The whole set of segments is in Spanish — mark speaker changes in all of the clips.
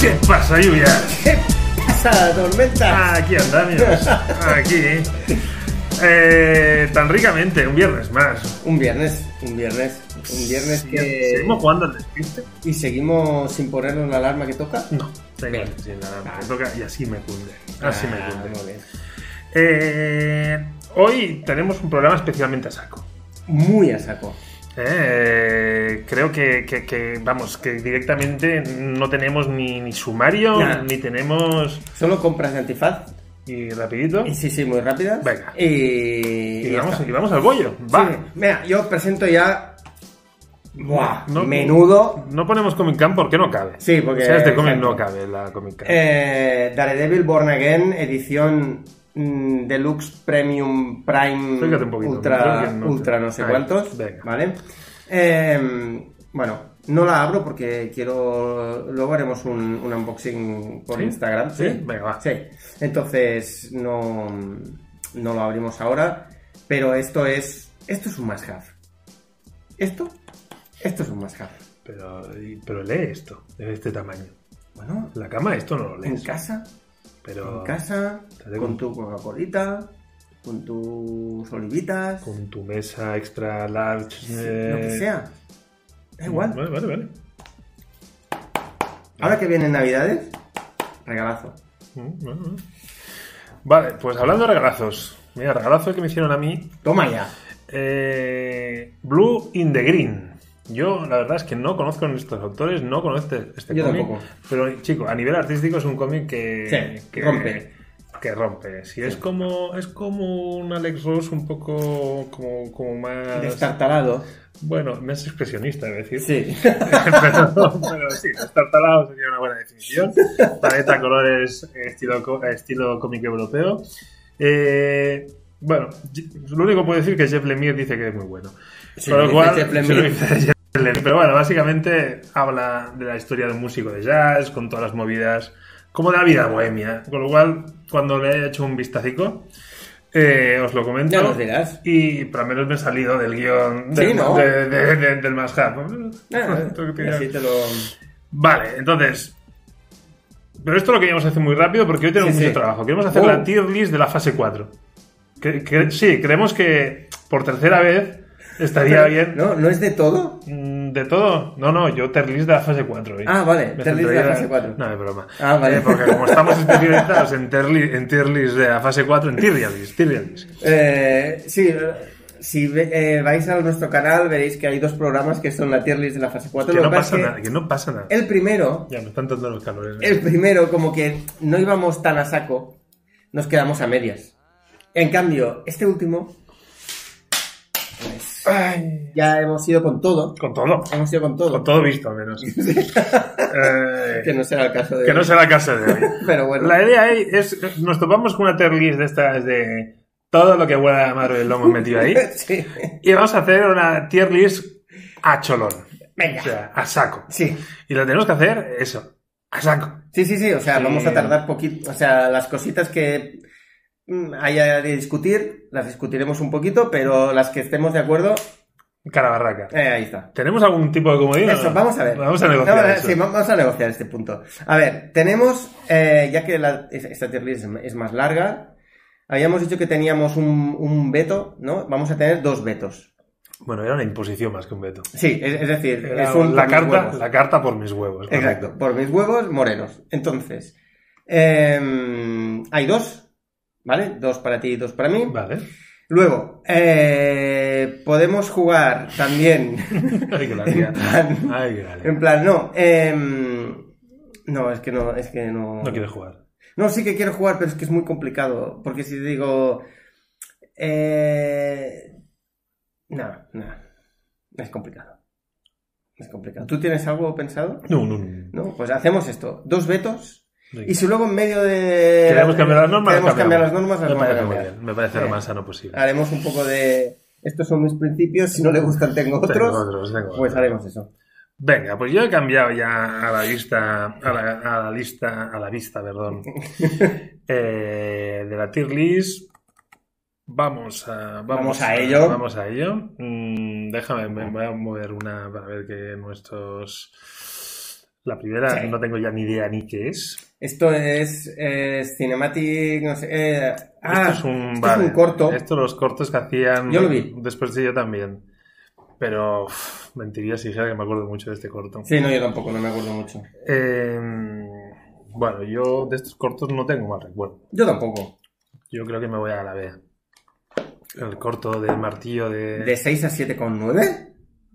Speaker 1: ¿Qué pasa, lluvia?
Speaker 2: ¿Qué pasa, tormenta?
Speaker 1: Aquí andamos. Aquí. Eh, tan ricamente, un viernes más.
Speaker 2: Un viernes, un viernes, un viernes que...
Speaker 1: ¿Seguimos jugando al despiste?
Speaker 2: Y seguimos sin ponerle una alarma que toca.
Speaker 1: No, seguimos sin nada. me toca y así me cunde. Así me
Speaker 2: Ah,
Speaker 1: cunde.
Speaker 2: muy bien.
Speaker 1: Eh, hoy tenemos un programa especialmente a saco.
Speaker 2: Muy a saco.
Speaker 1: Eh, creo que, que- que, vamos, que directamente no tenemos ni, ni sumario,
Speaker 2: Nada.
Speaker 1: ni tenemos.
Speaker 2: Solo compras de antifaz.
Speaker 1: Y rapidito.
Speaker 2: Y Sí, sí, muy rápida.
Speaker 1: Venga.
Speaker 2: Y,
Speaker 1: Y,
Speaker 2: y ya
Speaker 1: vamos,
Speaker 2: está.
Speaker 1: y vamos al bollo. Va.
Speaker 2: Sí, mira, yo presento ya... Buah,
Speaker 1: No-
Speaker 2: menudo
Speaker 1: No ponemos Comic Con porque no cabe.
Speaker 2: Sí, porque-
Speaker 1: O sea, este cómic
Speaker 2: exacto.
Speaker 1: no cabe, la Comic Con.
Speaker 2: Eh, Daredevil Born Again, edición mm, Deluxe Premium Prime
Speaker 1: Acércate un poquito, creo
Speaker 2: Ultra,
Speaker 1: que no
Speaker 2: no
Speaker 1: te-
Speaker 2: ultra no sé
Speaker 1: Ahí,
Speaker 2: cuántos.
Speaker 1: venga.
Speaker 2: ¿Vale? Eh, bueno, no la abro porque quiero. Luego haremos un, un unboxing por
Speaker 1: ¿Sí?
Speaker 2: Instagram.
Speaker 1: ¿Sí? Venga, va.
Speaker 2: Sí. Entonces no, no lo abrimos ahora. Pero esto es. Esto es un must have. Esto. Esto es un must have.
Speaker 1: Pero, y- pero lee esto, de este tamaño.
Speaker 2: Bueno,
Speaker 1: La cama esto no lo
Speaker 2: en
Speaker 1: lees.
Speaker 2: casa
Speaker 1: pero
Speaker 2: En casa,
Speaker 1: Estaré
Speaker 2: con
Speaker 1: con-
Speaker 2: tu Coca-Colita, con tus olivitas,
Speaker 1: con tu mesa extra large. eh, Mm,
Speaker 2: lo que sea. Da igual.
Speaker 1: Vale, vale, vale.
Speaker 2: Ahora que vienen Navidades, regalazo.
Speaker 1: Mm, Vale, vale. Vale, pues hablando de regalazos. Mira, regalazos que me hicieron a mí.
Speaker 2: Toma ya.
Speaker 1: Eh, Blue in the Green. Yo, la verdad es que no conozco a estos autores, no conozco este, este
Speaker 2: Yo
Speaker 1: cómic.
Speaker 2: tampoco.
Speaker 1: Pero, chico, a nivel artístico es un cómic que,
Speaker 2: Sí,
Speaker 1: que
Speaker 2: rompe.
Speaker 1: Que rompe. Sí, es como es como un Alex Ross un poco como, como más.
Speaker 2: Destartalado.
Speaker 1: Bueno, más expresionista, es decir.
Speaker 2: Sí.
Speaker 1: pero, pero sí, destartalado sería una buena definición. Paleta colores eh, estilo, co- eh, estilo cómic europeo. Eh, bueno, Je- lo único que puedo decir es que Jeff Lemire dice que es muy bueno.
Speaker 2: Sí,
Speaker 1: Con lo
Speaker 2: dice
Speaker 1: cual,
Speaker 2: Jeff
Speaker 1: sí,
Speaker 2: Lemire.
Speaker 1: dice Jeff Lemire. Pero bueno, básicamente habla de la historia de un músico de jazz, con todas las movidas, como de la vida bohemia. Con lo cual, cuando le he hecho un vistacico, eh, os lo comento.
Speaker 2: Ya nos dirás.
Speaker 1: Y por lo menos me he salido del guión
Speaker 2: Sí,
Speaker 1: del-
Speaker 2: ¿no?
Speaker 1: de- de- de- del más
Speaker 2: Ah, así te lo...
Speaker 1: Vale, entonces. Pero esto lo queríamos hacer muy rápido porque hoy tenemos
Speaker 2: Sí,
Speaker 1: mucho
Speaker 2: sí.
Speaker 1: trabajo. Queremos hacer
Speaker 2: Oh.
Speaker 1: la tier list de la fase 4. Que- que- sí, creemos que por tercera vez estaría bien.
Speaker 2: ¿No? ¿No es de todo?
Speaker 1: Mm, ¿De todo? No, no, yo tier list de la fase 4. hoy.
Speaker 2: Ah, vale,
Speaker 1: Me
Speaker 2: tier list de la
Speaker 1: centraría-
Speaker 2: fase 4.
Speaker 1: No, es broma.
Speaker 2: Ah, vale.
Speaker 1: Eh, porque como estamos especializados en tier, li- en tier list de la fase 4, en tier list, tier list.
Speaker 2: Eh, sí. Si ve- eh, vais a nuestro canal veréis que hay dos programas que son la tier list de la fase 4.
Speaker 1: Que
Speaker 2: Lo
Speaker 1: no
Speaker 2: pasa
Speaker 1: pasa
Speaker 2: es que
Speaker 1: nada, que no pasa nada.
Speaker 2: El primero,
Speaker 1: Ya, me están dando los calores.
Speaker 2: el primero como que no íbamos tan a saco, nos quedamos a medias. En cambio, este último pues,
Speaker 1: Ay,
Speaker 2: ya hemos ido con todo,
Speaker 1: con todo.
Speaker 2: hemos ido con todo,
Speaker 1: Con todo visto, al menos. Eh,
Speaker 2: que no será el caso de
Speaker 1: que no será casa de hoy.
Speaker 2: pero bueno,
Speaker 1: La idea ahí es, nos topamos con una tier list de estas de todo lo que huela a madre del lomo metido ahí.
Speaker 2: sí,
Speaker 1: Y vamos a hacer una tier list a cholón.
Speaker 2: venga,
Speaker 1: O sea, a saco.
Speaker 2: sí,
Speaker 1: Y lo tenemos que hacer eso, a saco.
Speaker 2: sí, sí, sí, o sea,
Speaker 1: Sí.
Speaker 2: vamos a tardar poquito, o sea, las cositas que mm, haya de discutir, las discutiremos un poquito, pero las que estemos de acuerdo,
Speaker 1: Cara barraca.
Speaker 2: eh, ahí está.
Speaker 1: ¿Tenemos algún tipo de comodín? o
Speaker 2: Eso,
Speaker 1: no?
Speaker 2: vamos a ver.
Speaker 1: Vamos a negociar.
Speaker 2: Vamos a-
Speaker 1: eso.
Speaker 2: sí, vamos a negociar este punto. A ver, tenemos, eh, ya que la- es- esta tier list es- es más larga, habíamos dicho que teníamos un, un veto, ¿no? Vamos a tener dos vetos.
Speaker 1: Bueno, era una imposición más que un veto.
Speaker 2: Sí, es, es decir,
Speaker 1: Era
Speaker 2: es un
Speaker 1: la,
Speaker 2: por mis
Speaker 1: carta,
Speaker 2: huevos.
Speaker 1: la carta por mis huevos. correcto.
Speaker 2: Exacto, por mis huevos morenos. Entonces, em, hay dos, ¿vale? Dos para ti y dos para mí.
Speaker 1: Vale.
Speaker 2: Luego, eh, podemos jugar también
Speaker 1: Ay, que la
Speaker 2: En
Speaker 1: lía.
Speaker 2: plan-
Speaker 1: Ay, que la lía.
Speaker 2: En plan, no. em, no, es que no, es que no.
Speaker 1: No quieres jugar.
Speaker 2: No, sí que quiero jugar, pero es que es muy complicado. Porque si digo. Eh... No, no. Es complicado. Es complicado. ¿Tú tienes algo pensado?
Speaker 1: No, no, no.
Speaker 2: No, pues hacemos esto. Dos vetos.
Speaker 1: Venga.
Speaker 2: Y si luego en medio de.
Speaker 1: ¿Queremos cambiar las normas?
Speaker 2: Queremos
Speaker 1: Las
Speaker 2: cambiar las
Speaker 1: cambiamos.
Speaker 2: normas, las
Speaker 1: Me
Speaker 2: vamos a
Speaker 1: parece muy
Speaker 2: cambiar.
Speaker 1: bien. Me parece lo
Speaker 2: Eh,
Speaker 1: más sano posible.
Speaker 2: Haremos un poco de. Estos son mis principios, si no le gustan tengo otros.
Speaker 1: Tengo otros, tengo
Speaker 2: Pues
Speaker 1: otros.
Speaker 2: haremos eso.
Speaker 1: Venga, pues yo he cambiado ya a la vista, a la, a la lista, a la vista, perdón, eh, de la tier list. Vamos a, vamos,
Speaker 2: Vamos a ello.
Speaker 1: Vamos a ello. Mm, déjame, me voy a mover una para ver que nuestros La primera
Speaker 2: Sí.
Speaker 1: no tengo ya ni idea ni qué es.
Speaker 2: Esto es, eh, Cinematic, no sé. eh, ah,
Speaker 1: esto es un,
Speaker 2: esto
Speaker 1: vale,
Speaker 2: es un corto.
Speaker 1: Esto los cortos que hacían.
Speaker 2: Yo lo vi.
Speaker 1: Después sí, yo también. Pero uf, mentiría si dijera que me acuerdo mucho de este corto.
Speaker 2: Sí, no, yo tampoco, no me acuerdo mucho.
Speaker 1: Eh, bueno, yo de estos cortos no tengo mal recuerdo.
Speaker 2: Yo tampoco.
Speaker 1: Yo creo que me voy a la B. El corto del martillo de.
Speaker 2: ¿De 6 a 7,9?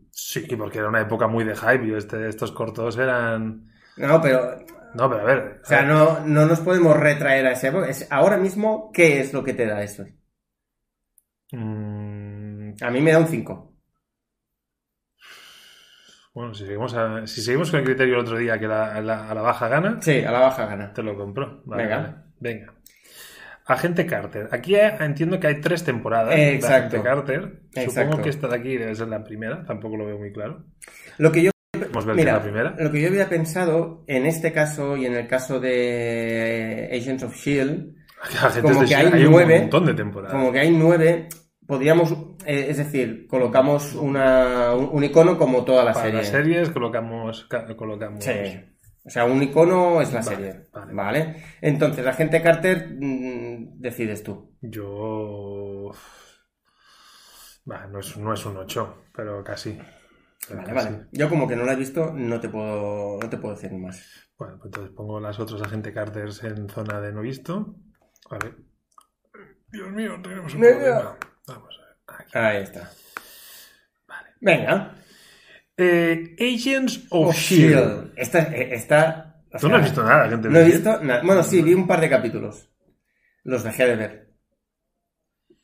Speaker 1: Sí, porque era una época muy de hype. Yo este, estos cortos eran.
Speaker 2: No, pero,
Speaker 1: No, pero a ver.
Speaker 2: o sea, no, no nos podemos retraer a ese. Es, ahora mismo, ¿qué es lo que te da eso?
Speaker 1: Mm,
Speaker 2: A mí me da un 5.
Speaker 1: bueno, si seguimos, a- si seguimos con el criterio del otro día que la- a la- a la baja gana,
Speaker 2: Sí, a la baja gana.
Speaker 1: te lo compro. Vale,
Speaker 2: Venga.
Speaker 1: vale. Venga. Agente Carter. Aquí eh, entiendo que hay tres temporadas.
Speaker 2: Eh,
Speaker 1: de
Speaker 2: exacto.
Speaker 1: Agente Carter.
Speaker 2: Exacto.
Speaker 1: Supongo que esta de aquí debe ser la primera. Tampoco lo veo muy claro.
Speaker 2: Lo que yo,
Speaker 1: Vamos a ver
Speaker 2: mira,
Speaker 1: si es la primera.
Speaker 2: lo que yo había pensado en este caso y en el caso de eh, Agents of Shield,
Speaker 1: Agentes
Speaker 2: como
Speaker 1: de
Speaker 2: que
Speaker 1: S.H.I.E.L.D.
Speaker 2: hay
Speaker 1: un
Speaker 2: nueve,
Speaker 1: montón de temporadas.
Speaker 2: E como que hay nueve, podríamos, eh, es decir, colocamos una, un, un icono como toda la
Speaker 1: Para
Speaker 2: serie.
Speaker 1: las series colocamos. ca- colocamos
Speaker 2: Sí. O sea, un icono es la
Speaker 1: Vale,
Speaker 2: serie. Vale.
Speaker 1: vale.
Speaker 2: Entonces, la gente Carter mm, decides tú.
Speaker 1: Yo. Bah, no, es, no es un 8, pero casi. Pero
Speaker 2: Vale,
Speaker 1: casi.
Speaker 2: vale. Yo como que no la he visto, no te puedo, no te puedo decir más.
Speaker 1: Bueno, pues entonces pongo las otras agente Carters en zona de no visto. Vale. Dios mío, tenemos un
Speaker 2: Venga.
Speaker 1: problema. Vamos a ver. Aquí.
Speaker 2: Ahí está.
Speaker 1: Vale.
Speaker 2: Venga.
Speaker 1: Eh, Agents of,
Speaker 2: O
Speaker 1: Shield.
Speaker 2: Esta, eh, esta. o
Speaker 1: E Tú no
Speaker 2: sea,
Speaker 1: has visto nada, gente.
Speaker 2: E No he visto nada. Bueno, sí, vi un par de capítulos. Los dejé de ver.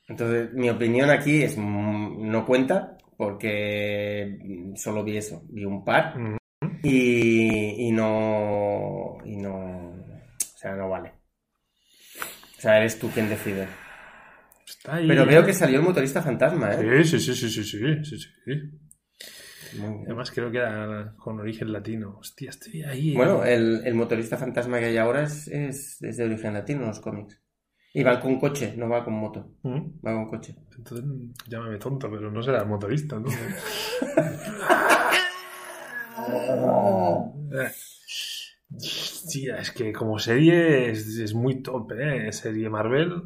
Speaker 2: Entonces, mi opinión aquí es mm, no cuenta, porque mm, solo vi eso, vi un par.
Speaker 1: Ujú.
Speaker 2: Y, y no. Y no. O sea, no vale. O sea, eres tú quien decide.
Speaker 1: Está ahí.
Speaker 2: Pero veo que salió el motorista fantasma, ¿eh?
Speaker 1: Sí, sí, sí, sí, sí, sí, sí, sí.
Speaker 2: Muy bien.
Speaker 1: Además creo que era con origen latino. Hostia, estoy ahí. ¿eh?
Speaker 2: Bueno, el, el motorista fantasma que hay ahora es, es, es de origen latino en los cómics. Y va con coche, no va con moto,
Speaker 1: Mm.
Speaker 2: va con coche.
Speaker 1: Entonces, llámame tonto, pero no será motorista, ¿no? Hostia, es que como serie es, es muy top, ¿eh? Serie Marvel.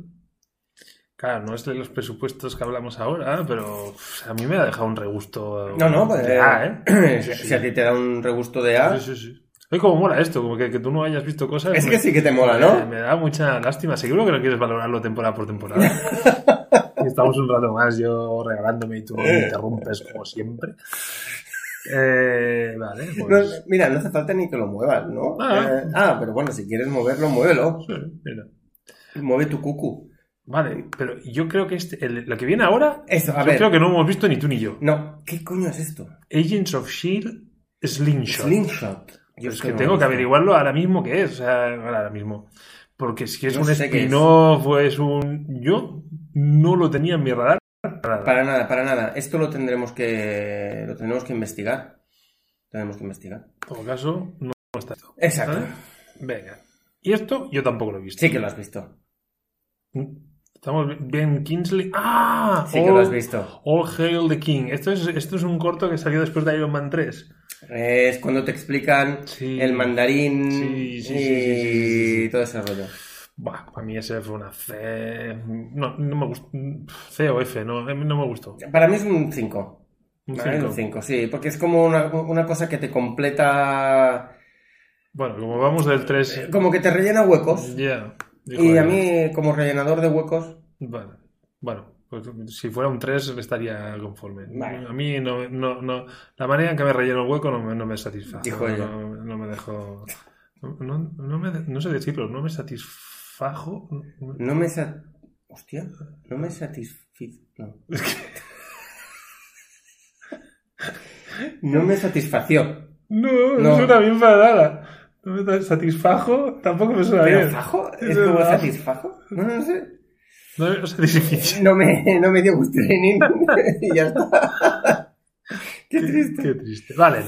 Speaker 1: Claro, no es de los presupuestos que hablamos ahora, pero uf, a mí me ha dejado un regusto.
Speaker 2: No, no, pues,
Speaker 1: de A, ¿eh?
Speaker 2: si,
Speaker 1: sí.
Speaker 2: si a ti te da un regusto de A,
Speaker 1: Sí, sí, sí. Oye, cómo mola esto, como que, que tú no hayas visto cosas.
Speaker 2: es que
Speaker 1: me-
Speaker 2: sí que te mola,
Speaker 1: eh,
Speaker 2: ¿no?
Speaker 1: Me da mucha lástima. Seguro que no quieres valorarlo temporada por temporada. Y Estamos un rato más yo regalándome y tú me interrumpes como siempre. Eh, vale,
Speaker 2: No,
Speaker 1: pues...
Speaker 2: mira, no hace falta ni que lo muevas, ¿no?
Speaker 1: Ah.
Speaker 2: Eh, ah, pero bueno, si quieres moverlo, muévelo.
Speaker 1: sí, eh, mira.
Speaker 2: Mueve tu cucu.
Speaker 1: Vale, pero yo creo que este, el- lo que viene ahora,
Speaker 2: Eso, a
Speaker 1: yo
Speaker 2: ver.
Speaker 1: creo que no hemos visto ni tú ni yo.
Speaker 2: No, ¿qué coño es esto?
Speaker 1: Agents of S.H.I.E.L.D. E Slingshot.
Speaker 2: Slingshot.
Speaker 1: Pero
Speaker 2: Yo
Speaker 1: es
Speaker 2: esto
Speaker 1: que
Speaker 2: no
Speaker 1: tengo
Speaker 2: lo
Speaker 1: que
Speaker 2: he visto.
Speaker 1: averiguarlo ahora mismo qué es, o sea, ahora mismo. Porque si es
Speaker 2: No
Speaker 1: un
Speaker 2: sé qué es.
Speaker 1: spin-off o es un... Yo no lo tenía en mi radar.
Speaker 2: Para nada, para nada. Esto lo tendremos que. lo tendremos que investigar. Tenemos que investigar.
Speaker 1: En todo caso, no está.
Speaker 2: Exacto.
Speaker 1: ¿Vale? Venga. Y esto yo tampoco lo he visto. Mm.
Speaker 2: Sí que lo has visto.
Speaker 1: Estamos bien- Ben Kingsley. ¡Ah!
Speaker 2: Sí que
Speaker 1: All-
Speaker 2: lo has visto.
Speaker 1: All Hail the King. Esto es, esto es un corto que salió después de Iron Man 3.
Speaker 2: Es cuando te explican
Speaker 1: Sí.
Speaker 2: el mandarín
Speaker 1: Sí, sí, sí, sí,
Speaker 2: y
Speaker 1: sí, sí, sí, sí.
Speaker 2: todo ese rollo.
Speaker 1: Buah, para mí ese fue una C. No, no me gustó. C o F, no, no me gustó.
Speaker 2: Para mí es un 5.
Speaker 1: Un
Speaker 2: ¿vale?
Speaker 1: cinco.
Speaker 2: Un 5, sí, porque es como una, una cosa que te completa.
Speaker 1: Bueno, como vamos del 3.
Speaker 2: Como que te rellena huecos.
Speaker 1: Ya.
Speaker 2: Eh, Y a
Speaker 1: Joder.
Speaker 2: mí, como rellenador de huecos,
Speaker 1: Vale. Bueno, pues, si fuera un 3 estaría conforme.
Speaker 2: Vale.
Speaker 1: A mí no, no, no, la manera en que me relleno el hueco no me, no me satisface.
Speaker 2: Dijo
Speaker 1: no,
Speaker 2: ella.
Speaker 1: no- no me dejo... No, no- no me, no sé decirlo, no me satisfajo.
Speaker 2: no me sat... Hostia, no me satisfiz... No. No me satisfació.
Speaker 1: No,
Speaker 2: No.
Speaker 1: no suena bien para nada. No me satisfajo, tampoco me suena
Speaker 2: ¿Pero
Speaker 1: bien.
Speaker 2: fajo? ¿Es
Speaker 1: Es
Speaker 2: como
Speaker 1: verdad.
Speaker 2: satisfajo? No, no sé.
Speaker 1: No me satisfice.
Speaker 2: No me, no me dio gusto de ni- y ya está. Qué triste.
Speaker 1: Qué triste. Vale.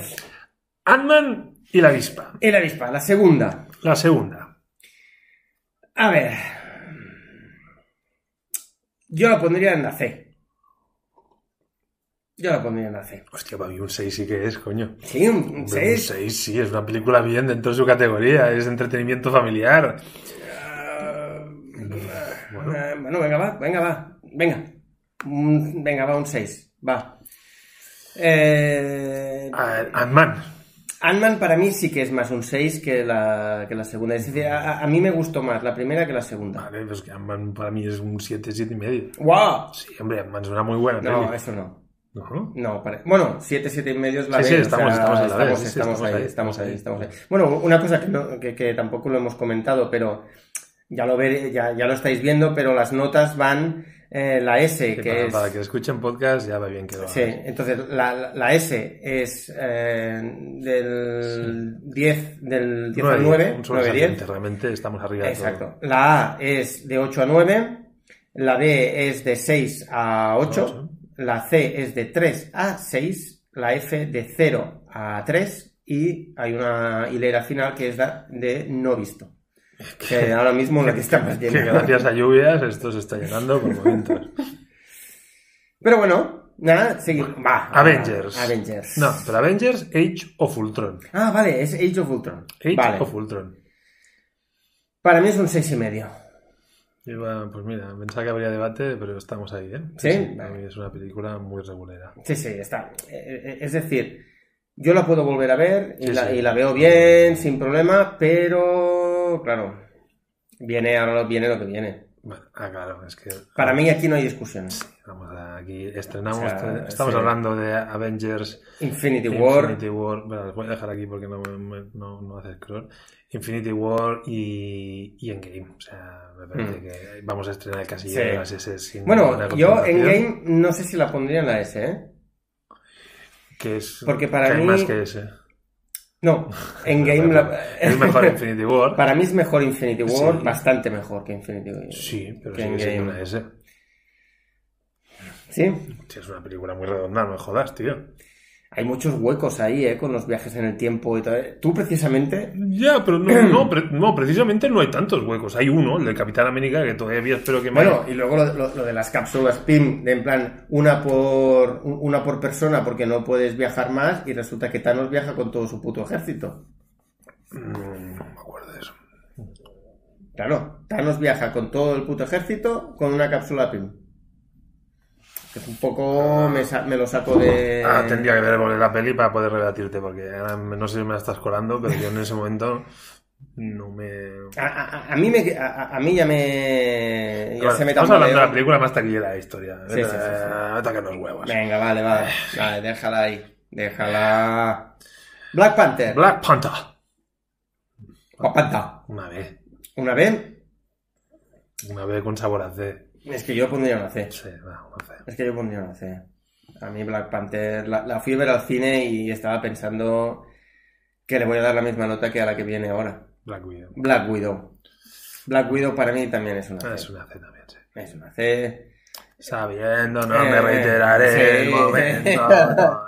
Speaker 1: Ant-Man y la avispa.
Speaker 2: El avispa, la segunda.
Speaker 1: La segunda.
Speaker 2: A ver. Yo la pondría en la C. Yo la pondría en la C.
Speaker 1: Hostia, Babylon 6 sí que es, coño.
Speaker 2: Sí, un
Speaker 1: Babylon
Speaker 2: 6.
Speaker 1: 6 sí, es una película bien dentro de su categoría, es entretenimiento familiar. Bueno,
Speaker 2: Eh, ah, bueno, venga, va, venga, va. Venga. Mm, venga, va, un 6. Va. Eh,
Speaker 1: a- Ant-Man.
Speaker 2: Ant-Man para mí sí que es más un 6 que la, que la segunda. Es decir, a, a- a mí me gustó más la primera que la segunda.
Speaker 1: Vale, pues que Ant-Man para mí es un 7, 7 y medio.
Speaker 2: ¡Guau!
Speaker 1: Sí, hombre, Ant-Man es una muy buena
Speaker 2: No,
Speaker 1: peli.
Speaker 2: eso no.
Speaker 1: ¿No?
Speaker 2: No, para- bueno, 7, 7 y medio es la
Speaker 1: Sí,
Speaker 2: B,
Speaker 1: sí,
Speaker 2: o
Speaker 1: estamos-
Speaker 2: sea,
Speaker 1: estamos en la B,
Speaker 2: estamos-
Speaker 1: sí, sí,
Speaker 2: estamos
Speaker 1: estamos
Speaker 2: ahí,
Speaker 1: ahí,
Speaker 2: estamos ahí,
Speaker 1: estamos
Speaker 2: estamos
Speaker 1: ahí.
Speaker 2: ahí. Bueno, una cosa que, no- que- que tampoco lo hemos comentado, pero ya lo veré, ya, ya lo estáis viendo, pero las notas van eh, la S,
Speaker 1: Que
Speaker 2: que
Speaker 1: para,
Speaker 2: es...
Speaker 1: para que escuchen podcast ya va bien que lo
Speaker 2: Sí,
Speaker 1: hagan.
Speaker 2: entonces la, la- la S es eh, del 10, del 10 al 9,
Speaker 1: un
Speaker 2: 9, 10.
Speaker 1: sobresaliente, Realmente estamos arriba de todo.
Speaker 2: Exacto. La A es de 8 a 9, la B es de 6 a 8,
Speaker 1: Ocho.
Speaker 2: la C es de 3 a 6, la F de 0 a 3 y hay una hilera final que es la de no visto. Que ahora mismo la que está más
Speaker 1: Que
Speaker 2: llena.
Speaker 1: gracias a lluvias esto se está llenando por momentos.
Speaker 2: Pero bueno, nada, seguimos. Va,
Speaker 1: Avengers.
Speaker 2: Avengers.
Speaker 1: No, pero Avengers Age of Ultron.
Speaker 2: Ah, vale, es Age of Ultron.
Speaker 1: Age
Speaker 2: vale.
Speaker 1: of Ultron.
Speaker 2: Para mí es un 6 y medio.
Speaker 1: Y bueno, pues mira, pensaba que habría debate, pero estamos ahí, ¿eh?
Speaker 2: ¿Sí?
Speaker 1: para mí es una película muy regulera.
Speaker 2: Sí, sí, está. Eh, eh, Es decir, yo la puedo volver a ver y,
Speaker 1: Sí,
Speaker 2: la,
Speaker 1: sí.
Speaker 2: y la veo bien, sin problema, pero claro, viene ahora lo- viene lo que viene.
Speaker 1: Bueno, ah, claro, es que...
Speaker 2: Para mí aquí no hay discusiones.
Speaker 1: Vamos a- aquí estrenamos, este-
Speaker 2: O sea,
Speaker 1: estamos
Speaker 2: sí.
Speaker 1: hablando de Avengers
Speaker 2: Infinity War.
Speaker 1: Infinity War, bueno, las voy a dejar aquí porque no, me- me- no, no hace scroll. Infinity War y, y Endgame. O sea, me parece
Speaker 2: Mm.
Speaker 1: que vamos a estrenar el
Speaker 2: Sí.
Speaker 1: casillero de las S sin ninguna
Speaker 2: Bueno, yo en
Speaker 1: contratación,
Speaker 2: game no sé si la pondría en la S, ¿eh?
Speaker 1: Que es,
Speaker 2: porque para
Speaker 1: que hay
Speaker 2: mí-
Speaker 1: más que ese.
Speaker 2: No, en game
Speaker 1: Es mejor Infinity War.
Speaker 2: Para mí es mejor Infinity War,
Speaker 1: Sí.
Speaker 2: bastante mejor que Infinity War.
Speaker 1: Sí, pero
Speaker 2: que
Speaker 1: sigue
Speaker 2: Endgame.
Speaker 1: siendo una S.
Speaker 2: Sí,
Speaker 1: Hostia, Es una película muy redonda, no me jodas, tío.
Speaker 2: hay muchos huecos ahí, ¿eh? Con los viajes en el tiempo y todo. ¿eh? Tú precisamente...
Speaker 1: Ya, pero no, no, pre- no, precisamente no hay tantos huecos. Hay uno, el del Capitán América, que todavía espero que me...
Speaker 2: Bueno, y luego lo, lo- lo de las cápsulas PIM, de en plan, una por, un- una por persona porque no puedes viajar más y resulta que Thanos viaja con todo su puto ejército.
Speaker 1: Mm, No me acuerdo de eso.
Speaker 2: Claro, Thanos viaja con todo el puto ejército con una cápsula PIM. Que es un poco... Me, sa- me lo saco de...
Speaker 1: Ah, tendría que ver volver la peli para poder rebatirte, porque ahora no sé si me la estás colando, pero yo en ese momento no me.
Speaker 2: A, a- a- a mí, me, a- a, a mí ya me... Ya
Speaker 1: Claro,
Speaker 2: se me
Speaker 1: estamos hablando de la
Speaker 2: tambaleó.
Speaker 1: película más taquillera de la historia.
Speaker 2: Sí, sí, sí, sí.
Speaker 1: Eh, Atacan los huevos.
Speaker 2: Venga, vale, vale.
Speaker 1: Eh,
Speaker 2: Vale, déjala ahí. Déjala. Black Panther.
Speaker 1: Black Panther.
Speaker 2: Black Panther.
Speaker 1: Una vez.
Speaker 2: Una B.
Speaker 1: Una vez con sabor a C.
Speaker 2: Es que yo pondría una C.
Speaker 1: Sí, va, una C.
Speaker 2: Es que yo pondría una C. A mí Black Panther la, la fui a ver al cine y estaba pensando que le voy a dar la misma nota que a la que viene ahora.
Speaker 1: Black Widow.
Speaker 2: Black Widow. Black Widow para mí también es una
Speaker 1: Ah,
Speaker 2: C.
Speaker 1: es una C también, sí.
Speaker 2: Es una C.
Speaker 1: Sabiendo, no
Speaker 2: Eh,
Speaker 1: me reiteraré
Speaker 2: sí.
Speaker 1: el momento. no.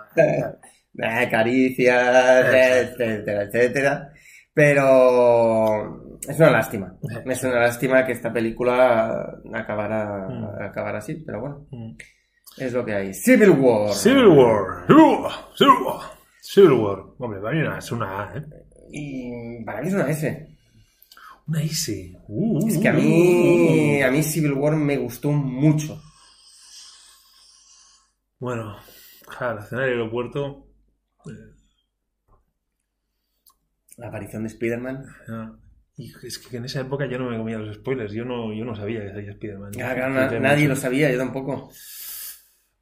Speaker 2: Ah, caricias,
Speaker 1: Exacto.
Speaker 2: etcétera, etcétera. Pero es una lástima. Es una lástima que esta película acabara,
Speaker 1: Mm.
Speaker 2: acabara así, pero bueno, es lo que hay. Civil War.
Speaker 1: Civil War. Civil War. Civil War. Civil War. Hombre, para mí una- es una A, ¿eh?
Speaker 2: Y para mí es una S.
Speaker 1: Una Easy. Uh, uh,
Speaker 2: Es que a mí,
Speaker 1: Mm.
Speaker 2: a mí Civil War me gustó mucho.
Speaker 1: Bueno, claro, la escena del aeropuerto.
Speaker 2: La aparición de Spider-Man.
Speaker 1: ah, y es que en esa época yo no me comía los spoilers, yo no, yo no sabía que salía Spider-Man.
Speaker 2: Ah, claro, na- nadie lo sabía, yo tampoco.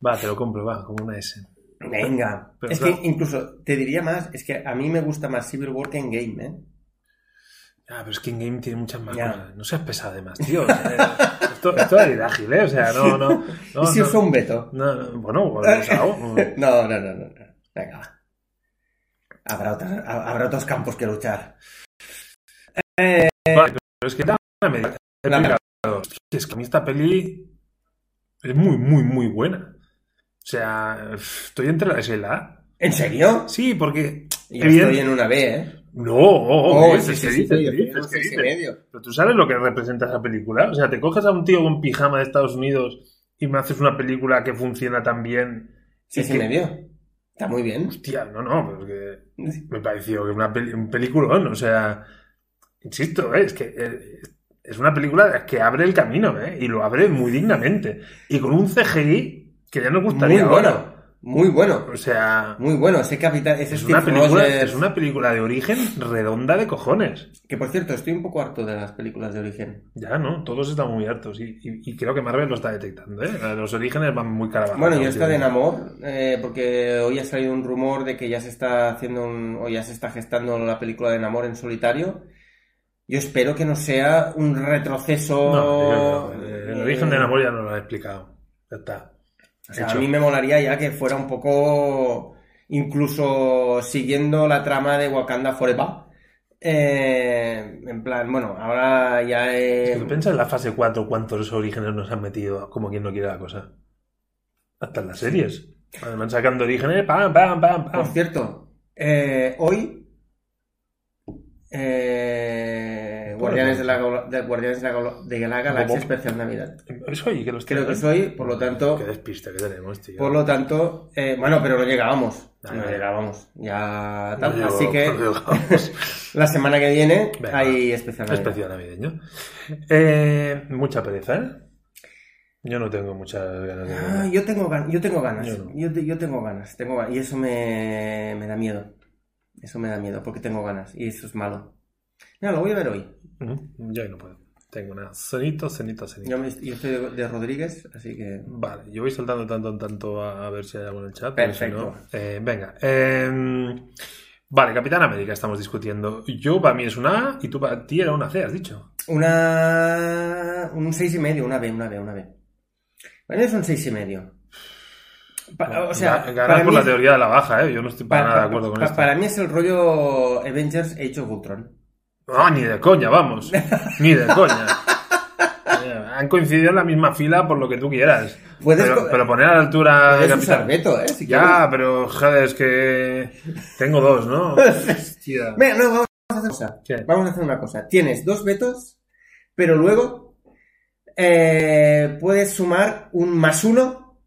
Speaker 1: Va, te lo compro, va, como una S.
Speaker 2: Venga.
Speaker 1: Pero
Speaker 2: es
Speaker 1: claro.
Speaker 2: que incluso te diría más, es que a mí me gusta más Civil War que Endgame, ¿eh?
Speaker 1: Ah, pero es que Endgame tiene muchas más
Speaker 2: Ya.
Speaker 1: cosas. No seas pesado además, tío. o sea, esto, esto es ágil, ¿eh? O sea, no, no. no,
Speaker 2: ¿Y si
Speaker 1: no,
Speaker 2: uso un veto?
Speaker 1: no, no, bueno, pues, hago.
Speaker 2: No, no, no, no. no. Venga, va. Habrá, otras- ha- habrá otros campos que luchar.
Speaker 1: Vale, pero es que da una media. He
Speaker 2: La-
Speaker 1: picado. Es que a mí esta peli es muy, muy, muy buena. O sea, estoy entre la S y la A.
Speaker 2: ¿En serio?
Speaker 1: Sí, porque.
Speaker 2: Yo
Speaker 1: evidente-
Speaker 2: estoy en una B, ¿eh?
Speaker 1: No, oh, oh,
Speaker 2: sí,
Speaker 1: ¿qué
Speaker 2: sí, sí,
Speaker 1: dices?
Speaker 2: sí, yo
Speaker 1: ¿Qué
Speaker 2: estoy en
Speaker 1: dices?
Speaker 2: un
Speaker 1: ¿Qué
Speaker 2: seis y
Speaker 1: dices?
Speaker 2: medio.
Speaker 1: Pero tú sabes lo que representa esa película. O sea, te coges a un tío con pijama de Estados Unidos y me haces una película que funciona tan bien
Speaker 2: Sí,
Speaker 1: Es
Speaker 2: se
Speaker 1: que-
Speaker 2: me vio. Está muy bien.
Speaker 1: Hostia, no, no, porque me pareció que una peli- un peliculón, o sea, insisto, eh, es que eh, es una película que abre el camino, eh, y lo abre muy dignamente, y con un CGI que ya nos
Speaker 2: Muy
Speaker 1: gustaría ahora.
Speaker 2: bueno. Muy bueno.
Speaker 1: O sea,
Speaker 2: Muy bueno. Ese capitán, ese
Speaker 1: es
Speaker 2: Steve
Speaker 1: una, película,
Speaker 2: Rogers-
Speaker 1: es una película de origen redonda de cojones.
Speaker 2: Que por cierto, estoy un poco harto de las películas de origen.
Speaker 1: Ya, ¿no? Todos están muy hartos y, y- y creo que Marvel lo está detectando, ¿eh? Los orígenes van muy cara abajo.
Speaker 2: Bueno, yo esta de Namor, eh, porque hoy ha salido un rumor de que ya se está haciendo un, o ya se está gestando la película de Namor en solitario. Yo espero que no sea un retroceso.
Speaker 1: No, yo- el origen de
Speaker 2: eh,
Speaker 1: Namor ya nos lo ha explicado. Ya está.
Speaker 2: O sea, a
Speaker 1: Hecho.
Speaker 2: mí me molaría ya que fuera un poco, incluso siguiendo la trama de Wakanda Forever. Eh, en plan, bueno, ahora ya eh,
Speaker 1: ¿Tú piensas en la fase 4 cuántos orígenes nos han metido como quien no quiere la cosa? Hasta en las series. Van sacando orígenes, pam, pam, pam,
Speaker 2: Por
Speaker 1: pam.
Speaker 2: cierto, eh, hoy eh, Guardianes, de la, Gal- de- Guardianes de la, Gal- de la Galaxia
Speaker 1: ¿Cómo?
Speaker 2: Especial Navidad.
Speaker 1: Eso oye, que los
Speaker 2: Creo que
Speaker 1: tienen.
Speaker 2: es hoy, por lo tanto,
Speaker 1: Qué despista que tenemos, tío.
Speaker 2: por lo tanto, eh, bueno, pero no llegábamos.
Speaker 1: Ah,
Speaker 2: No
Speaker 1: ya.
Speaker 2: llegábamos. Ya
Speaker 1: No
Speaker 2: tal.
Speaker 1: llego-
Speaker 2: Así
Speaker 1: no
Speaker 2: que
Speaker 1: llegamos.
Speaker 2: la semana que viene
Speaker 1: Venga.
Speaker 2: hay especial Navidad.
Speaker 1: Especial navideño. Eh, mucha pereza, ¿eh? Yo no tengo muchas ganas de
Speaker 2: Ah, yo tengo ganas, yo tengo ganas,
Speaker 1: Yo no.
Speaker 2: yo, te- yo tengo ganas, tengo ganas, y eso me, me da miedo, eso me da miedo, porque tengo ganas, y eso es malo. Mira, lo voy a ver hoy,
Speaker 1: Ujú, Mm, Yo ahí no puedo. Tengo nada. Cenito, cenito, cenito.
Speaker 2: yo, me- yo estoy de, de Rodríguez, así que...
Speaker 1: Vale, yo voy saltando tanto en tanto a, a ver si hay algo en el chat.
Speaker 2: Perfecto.
Speaker 1: pero si no, eh, venga. eh, vale, Capitán América estamos discutiendo. Yo para mí es una A y tú para ti era una C, has dicho.
Speaker 2: Una. Un 6,5, y medio, una B, una B, una B. Bueno, es un 6,5. y medio. Pa- Ah, o sea,
Speaker 1: Ga- ganas
Speaker 2: para
Speaker 1: por
Speaker 2: mí
Speaker 1: la
Speaker 2: es-
Speaker 1: teoría de la baja, ¿eh? Yo no estoy para
Speaker 2: pa-
Speaker 1: nada de
Speaker 2: pa-
Speaker 1: acuerdo con
Speaker 2: pa-
Speaker 1: esto.
Speaker 2: Para mí es el rollo Avengers Age of Ultron.
Speaker 1: No, Ah, ni de coña, vamos. Ni de coña. Eh, Han coincidido en la misma fila por lo que tú quieras.
Speaker 2: Puedes
Speaker 1: Pero,
Speaker 2: co-
Speaker 1: pero poner a la altura de
Speaker 2: es un
Speaker 1: Capitán.
Speaker 2: sarbeto, ¿eh? Si
Speaker 1: Ya, pero joder, es que tengo dos, ¿no?
Speaker 2: quieres.
Speaker 1: Hostia.
Speaker 2: Venga, no, vamos a hacer una cosa.
Speaker 1: ¿Qué?
Speaker 2: Vamos a hacer una cosa. Tienes dos vetos, pero luego eh, puedes sumar un más uno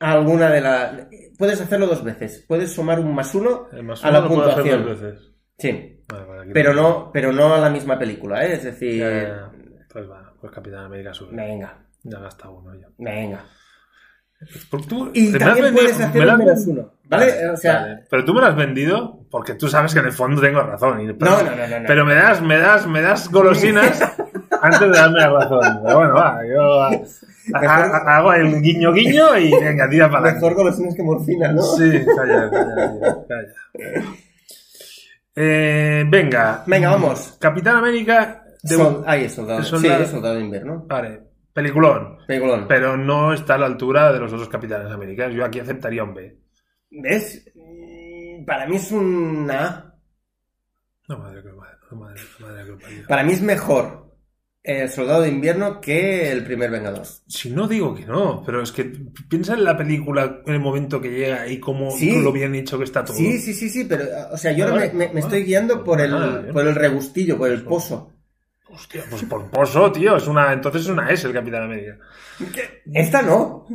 Speaker 2: a alguna de las. Puedes hacerlo dos veces. Puedes sumar un más uno.
Speaker 1: El Eh, más
Speaker 2: A la
Speaker 1: uno lo puedo hacer
Speaker 2: puntuación.
Speaker 1: dos veces.
Speaker 2: Sí.
Speaker 1: Vale, vale, aquí
Speaker 2: Pero
Speaker 1: tengo.
Speaker 2: no, pero no a la misma película, ¿eh? Es decir,
Speaker 1: Ya, ya, ya. Pues va, pues Capitán América sube.
Speaker 2: venga,
Speaker 1: Ya gasta uno ya.
Speaker 2: venga.
Speaker 1: Porque tú-
Speaker 2: Y
Speaker 1: me has
Speaker 2: también
Speaker 1: vendido-
Speaker 2: puedes hacer
Speaker 1: me la
Speaker 2: un
Speaker 1: has
Speaker 2: menos
Speaker 1: vendido-
Speaker 2: uno, ¿vale? o sea,
Speaker 1: vale. Pero tú me lo has vendido porque tú sabes que en el fondo tengo razón. y- pero,
Speaker 2: no, no, no, no, no.
Speaker 1: pero me das, me das, me das golosinas antes de darme la razón. Pero bueno, va, yo ah,
Speaker 2: Mejor-
Speaker 1: ah, hago el guiño guiño y venga, tira para adelante.
Speaker 2: Mejor golosinas que morfina, ¿no?
Speaker 1: Sí, calla, calla, tío, calla. Eh, venga.
Speaker 2: Venga, vamos.
Speaker 1: Capitán América de
Speaker 2: Sol- ahí es soldado.
Speaker 1: de soldado-
Speaker 2: Sí, es soldado de invierno.
Speaker 1: Vale, peliculón.
Speaker 2: Peliculón.
Speaker 1: pero no está a la altura de los otros capitanes americanos. Yo aquí aceptaría un B.
Speaker 2: ¿Ves? Mm, Para mí es una...
Speaker 1: No, madre que lo madre, no, madre, no, madre que lo parió.
Speaker 2: Para mí es mejor el soldado de invierno que el primer Vengador.
Speaker 1: Si no digo que no, pero es que piensa en la película, en el momento que llega y cómo
Speaker 2: Sí.
Speaker 1: cómo lo bien hecho que está todo.
Speaker 2: Sí, sí, sí, sí, pero, o sea, yo
Speaker 1: Ah,
Speaker 2: ahora me,
Speaker 1: vale.
Speaker 2: me- me
Speaker 1: Ah,
Speaker 2: estoy guiando por el,
Speaker 1: ah, bien.
Speaker 2: por el regustillo, por el pozo.
Speaker 1: Hostia, pues por pozo, tío. Es una, entonces es una S el Capitán América.
Speaker 2: Esta no,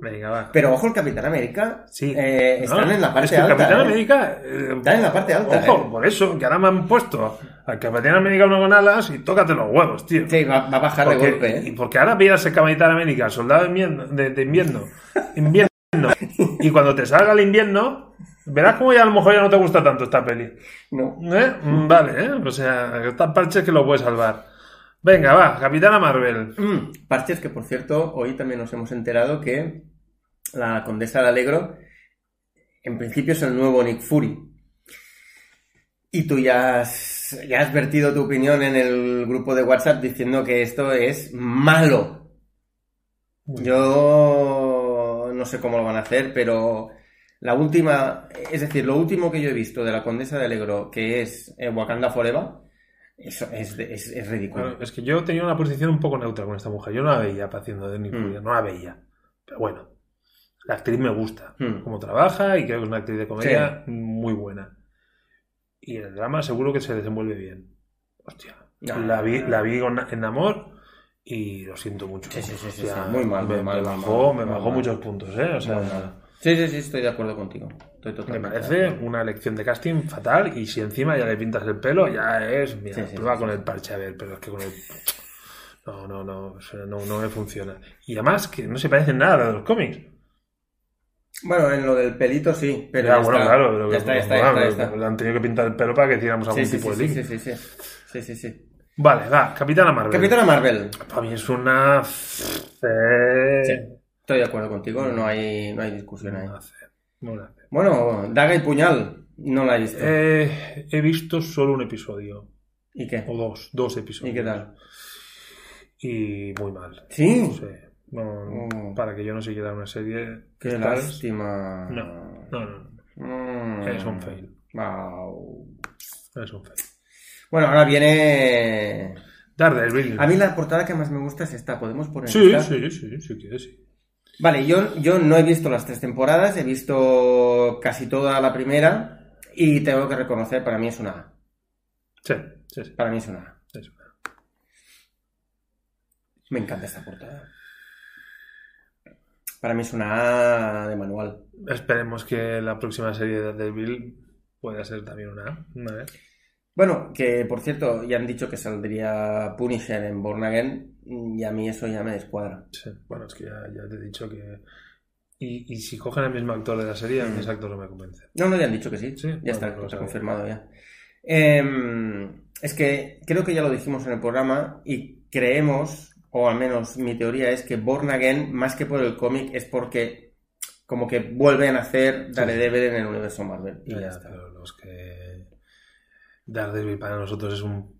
Speaker 1: Venga, va.
Speaker 2: pero ojo, el Capitán América
Speaker 1: Sí.
Speaker 2: eh,
Speaker 1: No,
Speaker 2: están en la parte
Speaker 1: es que el
Speaker 2: alta.
Speaker 1: Capitán
Speaker 2: ¿eh?
Speaker 1: América. eh,
Speaker 2: Está en la parte alta,
Speaker 1: Ojo,
Speaker 2: ¿eh?
Speaker 1: por eso, que ahora me han puesto al Capitán América uno con alas y tócate los huevos, tío.
Speaker 2: ¿eh? Sí, va, va a bajar de
Speaker 1: Porque-
Speaker 2: golpe,
Speaker 1: y
Speaker 2: ¿eh?
Speaker 1: porque ahora miras el Capitán América, soldado de invierno, de, de invierno, invierno, y cuando te salga el invierno, verás como ya a lo mejor ya no te gusta tanto esta peli.
Speaker 2: No.
Speaker 1: ¿Eh? Mm, Vale, ¿eh? o sea, estas parches que lo puedes salvar. Venga, va, Capitana Marvel.
Speaker 2: Mm, parches que, por cierto, hoy también nos hemos enterado que la Condesa de Alegro, en principio, es el nuevo Nick Fury. Y tú ya has, ya has vertido tu opinión en el grupo de WhatsApp diciendo que esto es malo. Yo no sé cómo lo van a hacer, pero la última, es decir, lo último que yo he visto de la Condesa de Alegro, que es eh, Wakanda Forever, eso es, de- es, es
Speaker 1: Bueno,
Speaker 2: ridículo.
Speaker 1: es que yo tenía una posición un poco neutra con esta mujer. Yo no la veía haciendo de
Speaker 2: Mm.
Speaker 1: ninguna, no la veía. Pero bueno, la actriz me gusta.
Speaker 2: Mm.
Speaker 1: Cómo trabaja y creo que es una actriz de comedia muy buena. Y en el drama seguro que se desenvuelve bien. Hostia.
Speaker 2: No.
Speaker 1: La vi, la vi con- en Amor y lo siento mucho.
Speaker 2: Sí, sí, sí, sí,
Speaker 1: Hostia,
Speaker 2: sí. Muy mal,
Speaker 1: me,
Speaker 2: muy mal,
Speaker 1: me
Speaker 2: muy
Speaker 1: bajó,
Speaker 2: mal,
Speaker 1: me
Speaker 2: muy
Speaker 1: bajó
Speaker 2: mal.
Speaker 1: muchos puntos, ¿eh? O sea,
Speaker 2: Muy mal. Sí, sí, sí, estoy de acuerdo contigo. Estoy
Speaker 1: Me
Speaker 2: totalmente de
Speaker 1: parece
Speaker 2: acuerdo.
Speaker 1: una elección de casting fatal y si encima ya le pintas el pelo, ya es, mira,
Speaker 2: Sí, sí,
Speaker 1: prueba
Speaker 2: sí,
Speaker 1: con el parche, a ver, pero es que con el... No, no, no, o sea, no, no me funciona. Y además que no se parece en nada a los cómics.
Speaker 2: Bueno, en lo del pelito sí, pero.
Speaker 1: Ya,
Speaker 2: ya
Speaker 1: bueno,
Speaker 2: está.
Speaker 1: claro, pero
Speaker 2: Ya
Speaker 1: que-
Speaker 2: está, ya está, ya
Speaker 1: bueno,
Speaker 2: está, ya está.
Speaker 1: le han tenido que pintar el pelo para que hiciéramos algún
Speaker 2: Sí, sí,
Speaker 1: tipo
Speaker 2: sí,
Speaker 1: de
Speaker 2: sí,
Speaker 1: link.
Speaker 2: sí, sí, sí. Sí, sí, sí.
Speaker 1: Vale, va, Capitana Marvel.
Speaker 2: Capitana Marvel.
Speaker 1: Para mí es una... C.
Speaker 2: Sí. Estoy de acuerdo contigo, no hay, no hay discusión ahí.
Speaker 1: Una C. Una C.
Speaker 2: Bueno, Daga y Puñal, no la he visto.
Speaker 1: Eh, he visto solo un episodio,
Speaker 2: ¿Y qué?
Speaker 1: o dos, dos episodios.
Speaker 2: ¿Y qué tal?
Speaker 1: Y muy mal.
Speaker 2: Sí.
Speaker 1: Sí. No,
Speaker 2: Mm.
Speaker 1: Para que yo no siguiera una serie...
Speaker 2: Qué
Speaker 1: que tal-
Speaker 2: lástima.
Speaker 1: No, no, no.
Speaker 2: Mm.
Speaker 1: Es un fail.
Speaker 2: Wow.
Speaker 1: Es un fail.
Speaker 2: Bueno, ahora viene.
Speaker 1: Daredevil.
Speaker 2: A mí la portada que más me gusta es esta. ¿Podemos poner
Speaker 1: Sí,
Speaker 2: esta?
Speaker 1: sí, sí, sí, quieres, sí.
Speaker 2: Vale, yo, yo no he visto las tres temporadas, he visto casi toda la primera y tengo que reconocer, para mí es una A.
Speaker 1: Sí, sí, sí.
Speaker 2: Para mí es una A.
Speaker 1: es una-
Speaker 2: Me encanta esta portada. Para mí es una A de manual.
Speaker 1: Esperemos que la próxima serie de Daredevil pueda ser también una A. una vez.
Speaker 2: Bueno, que por cierto, ya han dicho que saldría Punisher en Born Again y a mí eso ya me descuadra.
Speaker 1: Sí, Bueno, es que ya, ya te he dicho que. Y, y si cogen al mismo actor de la serie, a mí ese actor no me convence.
Speaker 2: No, no, ya han dicho que sí.
Speaker 1: Sí,
Speaker 2: ya está,
Speaker 1: bueno, pues no lo
Speaker 2: está
Speaker 1: sabía.
Speaker 2: confirmado ya. Em, es que creo que ya lo dijimos en el programa y creemos, o al menos mi teoría es que Born Again, más que por el cómic, es porque como que vuelven a hacer Daredevil en el universo Marvel. Y ya
Speaker 1: Ya,
Speaker 2: está.
Speaker 1: pero los que. Daredevil para nosotros es un.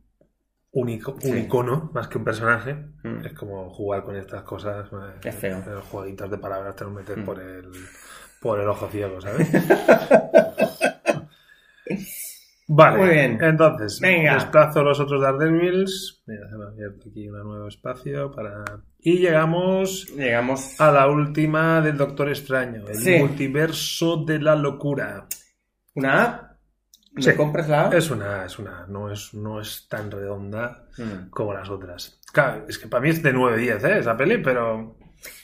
Speaker 1: Único,
Speaker 2: Sí.
Speaker 1: un icono más que un personaje.
Speaker 2: Mm.
Speaker 1: Es como jugar con estas cosas. eh,
Speaker 2: Es feo.
Speaker 1: Los jueguitos de palabras te los metes
Speaker 2: Mm.
Speaker 1: por el por el ojo ciego, ¿sabes? vale.
Speaker 2: Muy bien.
Speaker 1: Entonces,
Speaker 2: Venga.
Speaker 1: desplazo los otros Daredevils. Mira, se me ha abierto aquí un nuevo espacio para. Y llegamos
Speaker 2: Llegamos
Speaker 1: a la última del Doctor Extraño, el
Speaker 2: Sí.
Speaker 1: multiverso de la locura.
Speaker 2: una A. ¿Me
Speaker 1: Sí.
Speaker 2: compras la A?
Speaker 1: Es una, es una, no es, no es tan redonda
Speaker 2: Mm.
Speaker 1: como las otras. Claro, es que para mí es de 9-10, ¿eh? Esa peli, pero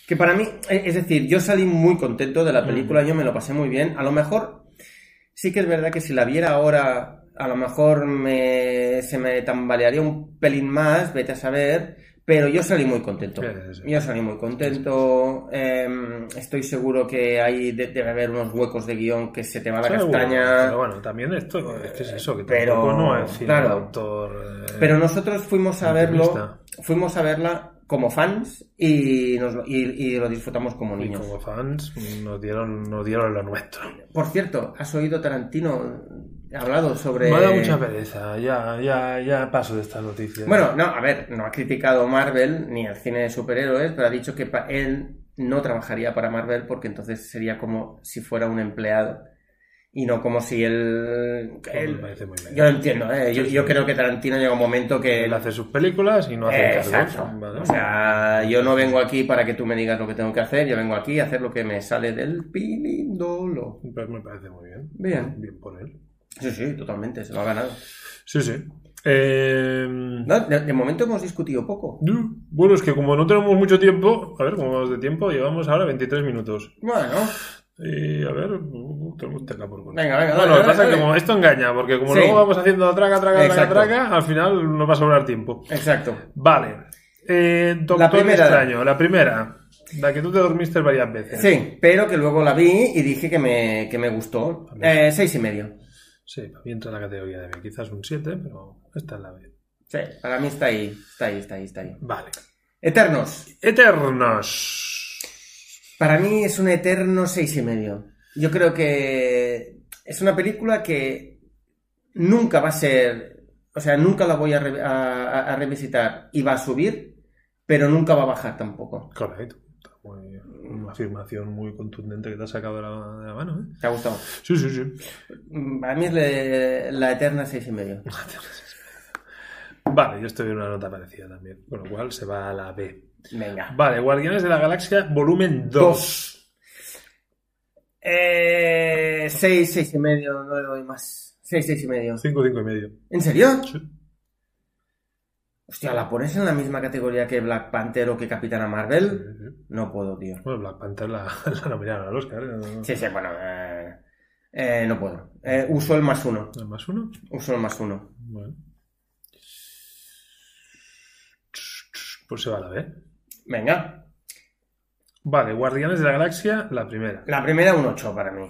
Speaker 2: Que para mí, eh, es decir, yo salí muy contento de la
Speaker 1: Mm.
Speaker 2: película, yo me lo pasé muy bien. A lo mejor, sí que es verdad que si la viera ahora, a lo mejor me, se me tambalearía un pelín más, vete a saber. Pero yo salí muy contento.
Speaker 1: Sí, sí, sí.
Speaker 2: Yo salí muy contento. em, estoy seguro que hay de- debe haber unos huecos de guión que se te va la
Speaker 1: Seguro,
Speaker 2: castaña.
Speaker 1: Pero bueno, también esto es que es eso, que
Speaker 2: Pero,
Speaker 1: tampoco no es cine
Speaker 2: claro.
Speaker 1: de autor. eh,
Speaker 2: Pero nosotros fuimos a verlo,
Speaker 1: Optimista.
Speaker 2: fuimos a verla como fans y, nos lo- y- y lo disfrutamos como
Speaker 1: y
Speaker 2: niños.
Speaker 1: como fans nos dieron, nos dieron lo nuestro.
Speaker 2: Por cierto, ¿has oído Tarantino hablado sobre...
Speaker 1: Me ha dado mucha pereza, ya, ya, ya paso de estas noticias.
Speaker 2: Bueno, no, a ver, no ha criticado Marvel ni el cine de superhéroes, pero ha dicho que pa- él no trabajaría para Marvel porque entonces sería como si fuera un empleado y no como si él...
Speaker 1: Pues
Speaker 2: él-
Speaker 1: me parece muy bien.
Speaker 2: yo lo entiendo, ¿eh? yo,
Speaker 1: Sí, sí.
Speaker 2: yo creo que Tarantino llega un momento que...
Speaker 1: Él hace sus películas y no hace
Speaker 2: Exacto.
Speaker 1: cargos, ¿vale?
Speaker 2: O sea, yo no vengo aquí para que tú me digas lo que tengo que hacer, yo vengo aquí a hacer lo que me sale del pilindolo.
Speaker 1: Pues me parece muy bien.
Speaker 2: Bien.
Speaker 1: Bien por él.
Speaker 2: Sí, sí, totalmente, se lo ha ganado.
Speaker 1: Sí, sí. Eh,
Speaker 2: No, de, de momento hemos discutido poco.
Speaker 1: Bueno, es que como no tenemos mucho tiempo, a ver cómo vamos de tiempo, llevamos ahora 23 minutos.
Speaker 2: Bueno,
Speaker 1: Y a ver, uh, tenemos tela por cortar.
Speaker 2: venga, venga.
Speaker 1: Bueno,
Speaker 2: dale,
Speaker 1: lo que pasa es
Speaker 2: dale,
Speaker 1: que como
Speaker 2: dale.
Speaker 1: esto engaña, porque como
Speaker 2: Sí.
Speaker 1: luego vamos haciendo traga, traga, traga,
Speaker 2: Exacto.
Speaker 1: traga, al final nos va a sobrar tiempo.
Speaker 2: Exacto.
Speaker 1: Vale. Eh, Doctor
Speaker 2: La primera.
Speaker 1: Extraño, la primera. La que tú te dormiste varias veces.
Speaker 2: Sí, pero que luego la vi y dije que me, que me gustó.
Speaker 1: A mí.
Speaker 2: Eh, seis y medio.
Speaker 1: Sí, para mí entra en la categoría de B. Quizás un 7, pero esta es la B.
Speaker 2: Sí, para mí está ahí, está ahí, está ahí, está ahí.
Speaker 1: Vale.
Speaker 2: Eternos.
Speaker 1: Eternos.
Speaker 2: Para mí es un eterno seis y medio. Yo creo que es una película que nunca va a ser, o sea, nunca la voy a, re- a- a- a revisitar y va a subir, pero nunca va a bajar tampoco.
Speaker 1: Correcto. Está muy- Una afirmación muy contundente que te has sacado de la, de la mano. ¿eh?
Speaker 2: ¿Te ha gustado?
Speaker 1: Sí, sí, sí.
Speaker 2: Mm, Para mí es le- la eterna seis y medio.
Speaker 1: Vale, yo estoy en una nota parecida también. Con lo cual se va a la B.
Speaker 2: Venga.
Speaker 1: Vale, Guardianes de la Galaxia, volumen 2.
Speaker 2: Eh, seis, seis y medio, no le doy más. Seis, seis y medio.
Speaker 1: 5, 5 y medio.
Speaker 2: ¿En serio?
Speaker 1: Sí.
Speaker 2: Hostia, ¿la pones en la misma categoría que Black Panther o que Capitana Marvel?
Speaker 1: Bueno,
Speaker 2: No puedo, tío.
Speaker 1: Black Panther la, la nominaron al Oscar. ¿eh? No, no.
Speaker 2: Sí, sí, bueno. eh, eh, no puedo. Eh, uso el más uno.
Speaker 1: ¿No hay más uno?
Speaker 2: Uso el más uno.
Speaker 1: Bueno. Pues se va a la B.
Speaker 2: Venga.
Speaker 1: Vale, Guardianes de la Galaxia, la primera.
Speaker 2: La primera, un 8 para mí.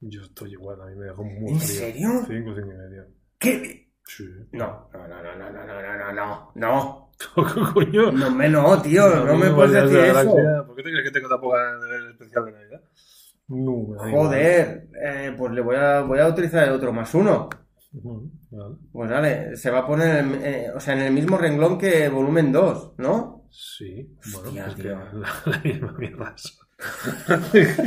Speaker 1: Yo estoy igual, a mí me dejó muy
Speaker 2: ¿En
Speaker 1: frío.
Speaker 2: serio?
Speaker 1: Cinco, cinco y medio.
Speaker 2: ¿Qué?
Speaker 1: Sí.
Speaker 2: No, no, no, no, no, no, no, no, no, no.
Speaker 1: coño?
Speaker 2: No, me no, tío. No, me
Speaker 1: Guardianes
Speaker 2: puedes
Speaker 1: de
Speaker 2: decir
Speaker 1: la
Speaker 2: eso.
Speaker 1: Galaxia. ¿Por qué te crees que tengo tan poca ganas de ver el especial de Navidad? No, me da igual.
Speaker 2: Joder. eh, pues le voy a, voy a utilizar el otro más uno.
Speaker 1: Bueno, vale.
Speaker 2: Pues vale, se va a poner en, eh, o sea, en el mismo renglón que volumen 2, ¿no?
Speaker 1: Sí, bueno,
Speaker 2: Hostia,
Speaker 1: es que
Speaker 2: tío.
Speaker 1: la, la misma mierda es.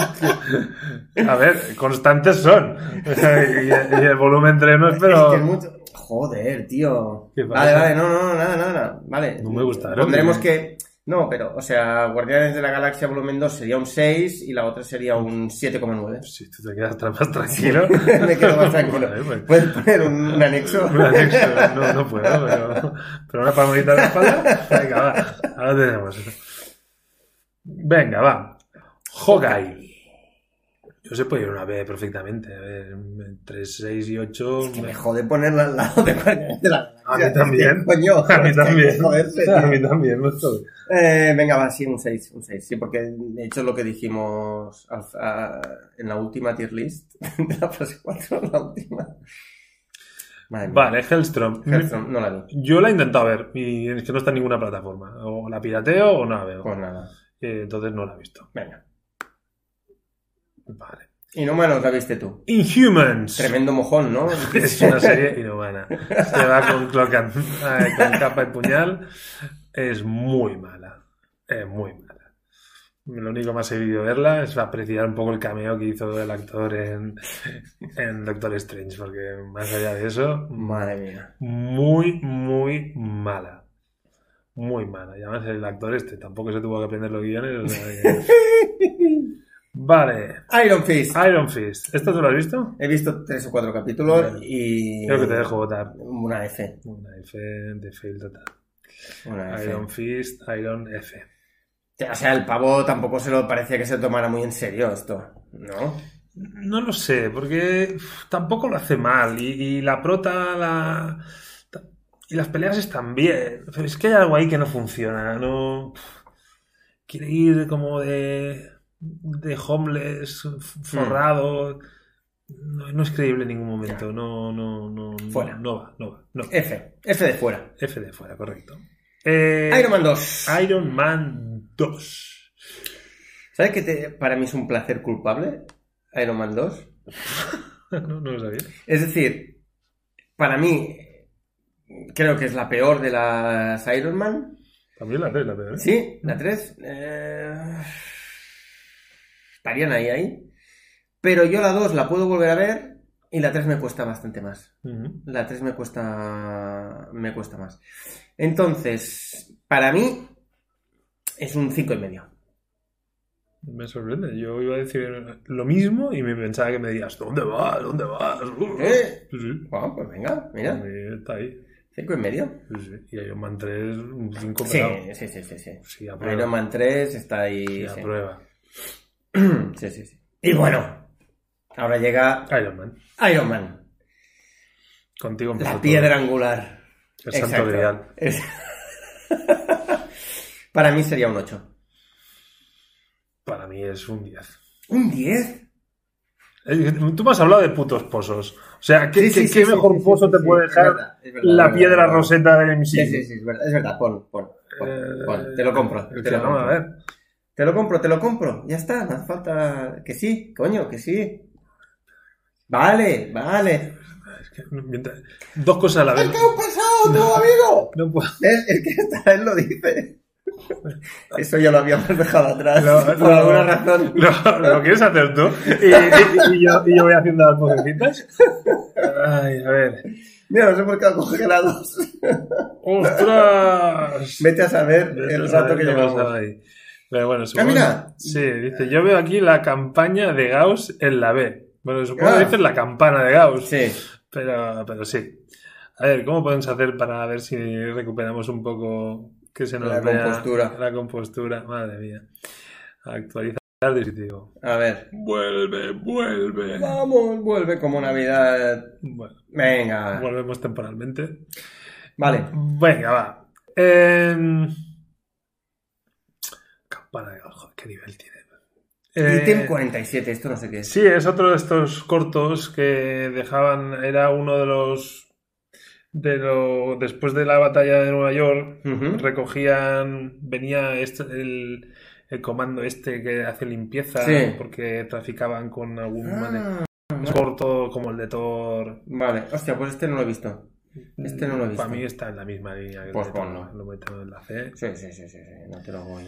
Speaker 1: A ver, constantes son. Y, y el volumen 3 no es, pero.
Speaker 2: Es que mucho- Joder, tío.
Speaker 1: ¿Qué
Speaker 2: Vale,
Speaker 1: pasa?
Speaker 2: vale, no, no, no, nada, nada. Vale.
Speaker 1: No me gustaron.
Speaker 2: Pondremos que. No, pero, o sea, Guardianes de la Galaxia volumen 2 sería un 6 y la otra sería un 7,9.
Speaker 1: Si tú te quedas tra- más tranquilo.
Speaker 2: Me quedo más tranquilo.
Speaker 1: Vale, pues.
Speaker 2: ¿Puedes poner un, un anexo?
Speaker 1: Un anexo, No, no puedo, pero, pero una palmadita en la espalda. Venga, va. Ahora tenemos. Venga, va. Hawkeye. Yo se puede ir una B perfectamente. A ver, 3, 6 y 8.
Speaker 2: Que me jode ponerla al lado de Guardianes de la Galaxia.
Speaker 1: A mí también.
Speaker 2: Coño,
Speaker 1: A mí
Speaker 2: es que hay que
Speaker 1: también.
Speaker 2: joderse, tío.
Speaker 1: A mí también, no estoy.
Speaker 2: Eh, venga, va, sí, un 6, un 6. Sí, porque de hecho es lo que dijimos al- a- en la última tier list de la fase 4, la última. Madre mía.
Speaker 1: Vale, Hellstrom.
Speaker 2: Hearthstone, no la vi.
Speaker 1: Yo la he intentado ver y es que no está en ninguna plataforma. O la pirateo o no la veo.
Speaker 2: Pues nada.
Speaker 1: Eh, entonces no la he visto.
Speaker 2: Venga.
Speaker 1: Vale.
Speaker 2: Inhumanos la viste tú.
Speaker 1: Inhumans.
Speaker 2: Tremendo mojón, ¿no?
Speaker 1: Es una serie inhumana. Se va con, cloca- eh, con capa y puñal. Es muy mala. Es muy mala. Lo único más he vivido verla es apreciar un poco el cameo que hizo el actor en, en Doctor Strange, porque más allá de eso,
Speaker 2: Madre mía.
Speaker 1: muy, muy mala. Muy mala. Y además el actor este tampoco se tuvo que aprender los guiones. o sea que- Vale.
Speaker 2: Iron Fist.
Speaker 1: Iron Fist. ¿Esto tú lo has visto?
Speaker 2: He visto tres o cuatro capítulos y.
Speaker 1: Creo que te dejo votar.
Speaker 2: Una F.
Speaker 1: Una F de fail total.
Speaker 2: Una F.
Speaker 1: Iron Fist, Iron F.
Speaker 2: O sea, el pavo tampoco se lo parecía que se tomara muy en serio esto, ¿no?
Speaker 1: No lo sé, porque uf, tampoco lo hace mal. Y, y la prota, la. ta- Y las peleas están bien. Pero es que hay algo ahí que no funciona. No. Quiere ir como de. de homeless, forrado. No, no es creíble en ningún momento. No, no, no. no-
Speaker 2: Fuera.
Speaker 1: No va, no va. no.
Speaker 2: F. F de fuera.
Speaker 1: F de fuera, correcto. Eh,
Speaker 2: Iron Man 2.
Speaker 1: Iron Man 2.
Speaker 2: ¿Sabes que te- para mí es un placer culpable Iron Man 2?
Speaker 1: no, no lo sabía.
Speaker 2: Es decir, para mí creo que es la peor de las Iron Man.
Speaker 1: También la 3, la ¿eh? 3.
Speaker 2: Sí, la 3. estarían ahí, ahí. Pero yo la 2 la puedo volver a ver y la 3 me cuesta bastante más. La 3 me cuesta, me cuesta más. Entonces, para mí es un 5 y medio.
Speaker 1: Me sorprende. Yo iba a decir lo mismo y me pensaba que me dirías, ¿dónde vas? ¿Dónde vas? Uh".
Speaker 2: ¿Eh?
Speaker 1: Sí, sí.
Speaker 2: Bueno, pues venga, mira,
Speaker 1: Y Está ahí.
Speaker 2: 5 y medio.
Speaker 1: Sí, sí. Y Iron Man 3, un 5
Speaker 2: Sí, sí, sí, sí, sí.
Speaker 1: Sí, a
Speaker 2: Iron
Speaker 1: prueba.
Speaker 2: Man 3 está ahí.
Speaker 1: Sí, a
Speaker 2: sí.
Speaker 1: prueba.
Speaker 2: Sí, sí, sí. Y bueno, ahora llega
Speaker 1: Iron Man.
Speaker 2: Iron Man,
Speaker 1: Contigo empezó
Speaker 2: la
Speaker 1: todo.
Speaker 2: piedra angular.
Speaker 1: El santo
Speaker 2: Exacto.
Speaker 1: grial.
Speaker 2: Es- Para mí sería un 8.
Speaker 1: Para mí es un 10.
Speaker 2: ¿Un 10?
Speaker 1: Eh, Tú me has hablado de putos pozos. O sea, ¿qué,
Speaker 2: Sí, sí,
Speaker 1: qué-
Speaker 2: sí,
Speaker 1: qué
Speaker 2: sí,
Speaker 1: mejor
Speaker 2: sí, sí,
Speaker 1: pozo
Speaker 2: sí,
Speaker 1: te
Speaker 2: sí,
Speaker 1: puede
Speaker 2: es
Speaker 1: dejar
Speaker 2: verdad, es verdad, es
Speaker 1: la
Speaker 2: verdad,
Speaker 1: piedra
Speaker 2: es verdad.
Speaker 1: roseta del MC?
Speaker 2: Sí, sí, sí, es verdad, es verdad, pon, pon, pon,
Speaker 1: Eh,
Speaker 2: pon. Te lo compro.
Speaker 1: es
Speaker 2: Te
Speaker 1: que
Speaker 2: lo
Speaker 1: vamos a
Speaker 2: compro.
Speaker 1: ver.
Speaker 2: Te lo compro, te lo compro. Ya está, no hace falta. Que sí, coño, que sí. Vale, vale.
Speaker 1: Es que mientras- Dos cosas a la vez.
Speaker 2: ha pasado, tu amigo?
Speaker 1: No puedo.
Speaker 2: Es, es que hasta él lo dice. Eso ya lo habíamos dejado atrás.
Speaker 1: Lo-
Speaker 2: por
Speaker 1: lo-
Speaker 2: alguna razón.
Speaker 1: Lo, lo quieres hacer tú. Y, y- y yo, y yo voy haciendo las vocecitas. Ay, a ver.
Speaker 2: Mira, nos hemos quedado congelados.
Speaker 1: ¡Ostras!
Speaker 2: Vete a saber
Speaker 1: Vete a
Speaker 2: el
Speaker 1: saber
Speaker 2: rato que
Speaker 1: qué
Speaker 2: llevamos.
Speaker 1: pasaba ahí. Pero bueno, supongo.
Speaker 2: mira.
Speaker 1: Sí, dice, yo veo aquí la campaña de Gauss en la B. Bueno, supongo
Speaker 2: Ah.
Speaker 1: que dices la campana de Gauss.
Speaker 2: Sí.
Speaker 1: Pero, pero sí. A ver, ¿cómo podemos hacer para ver si recuperamos un poco que se nos
Speaker 2: La
Speaker 1: vea
Speaker 2: compostura.
Speaker 1: La compostura, madre mía. Actualizar el dispositivo.
Speaker 2: A ver.
Speaker 3: Vuelve, vuelve.
Speaker 2: Vamos, vuelve como Navidad.
Speaker 1: Bueno,
Speaker 2: Venga.
Speaker 1: volvemos temporalmente.
Speaker 2: Ah. Vale.
Speaker 1: Venga, va. Em, Campana de ojo, qué nivel tiene. Eh,
Speaker 2: Ítem 47, esto no sé qué es.
Speaker 1: Sí, es otro de estos cortos que dejaban. Era uno de los. De lo, después de la batalla de Nueva York,
Speaker 2: Ujú.
Speaker 1: recogían. Venía este- el, el comando este que hace limpieza
Speaker 2: Sí.
Speaker 1: porque traficaban con algún mane-
Speaker 2: Ah,
Speaker 1: Es corto como el de Thor.
Speaker 2: vale. Hostia, pues este no lo he visto. Este no lo he visto.
Speaker 1: Para mí está en la misma línea que el
Speaker 2: Pues
Speaker 1: de Thor,
Speaker 2: ponlo.
Speaker 1: Lo meto en la C.
Speaker 2: Sí, sí, sí, sí, sí, no te lo voy.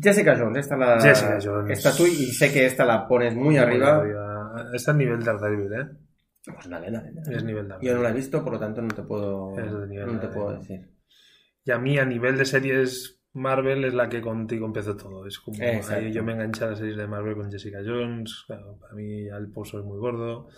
Speaker 2: Jessica Jones, esta la.
Speaker 1: Jessica Jones.
Speaker 2: Esta tú y sé que esta la pones muy arriba.
Speaker 1: arriba. Está en nivel Daredevil, ¿eh?
Speaker 2: Pues dale, dale, dale.
Speaker 1: Es nivel Daredevil.
Speaker 2: Yo no la he visto, por lo tanto no te puedo.
Speaker 1: Es de nivel
Speaker 2: No te
Speaker 1: de-
Speaker 2: puedo decir.
Speaker 1: Y a mí, a nivel de series Marvel, es la que contigo empezó todo. Es como
Speaker 2: Exacto.
Speaker 1: ahí yo me enganché a las series de Marvel con Jessica Jones. Claro, para mí, ya el pozo es muy gordo.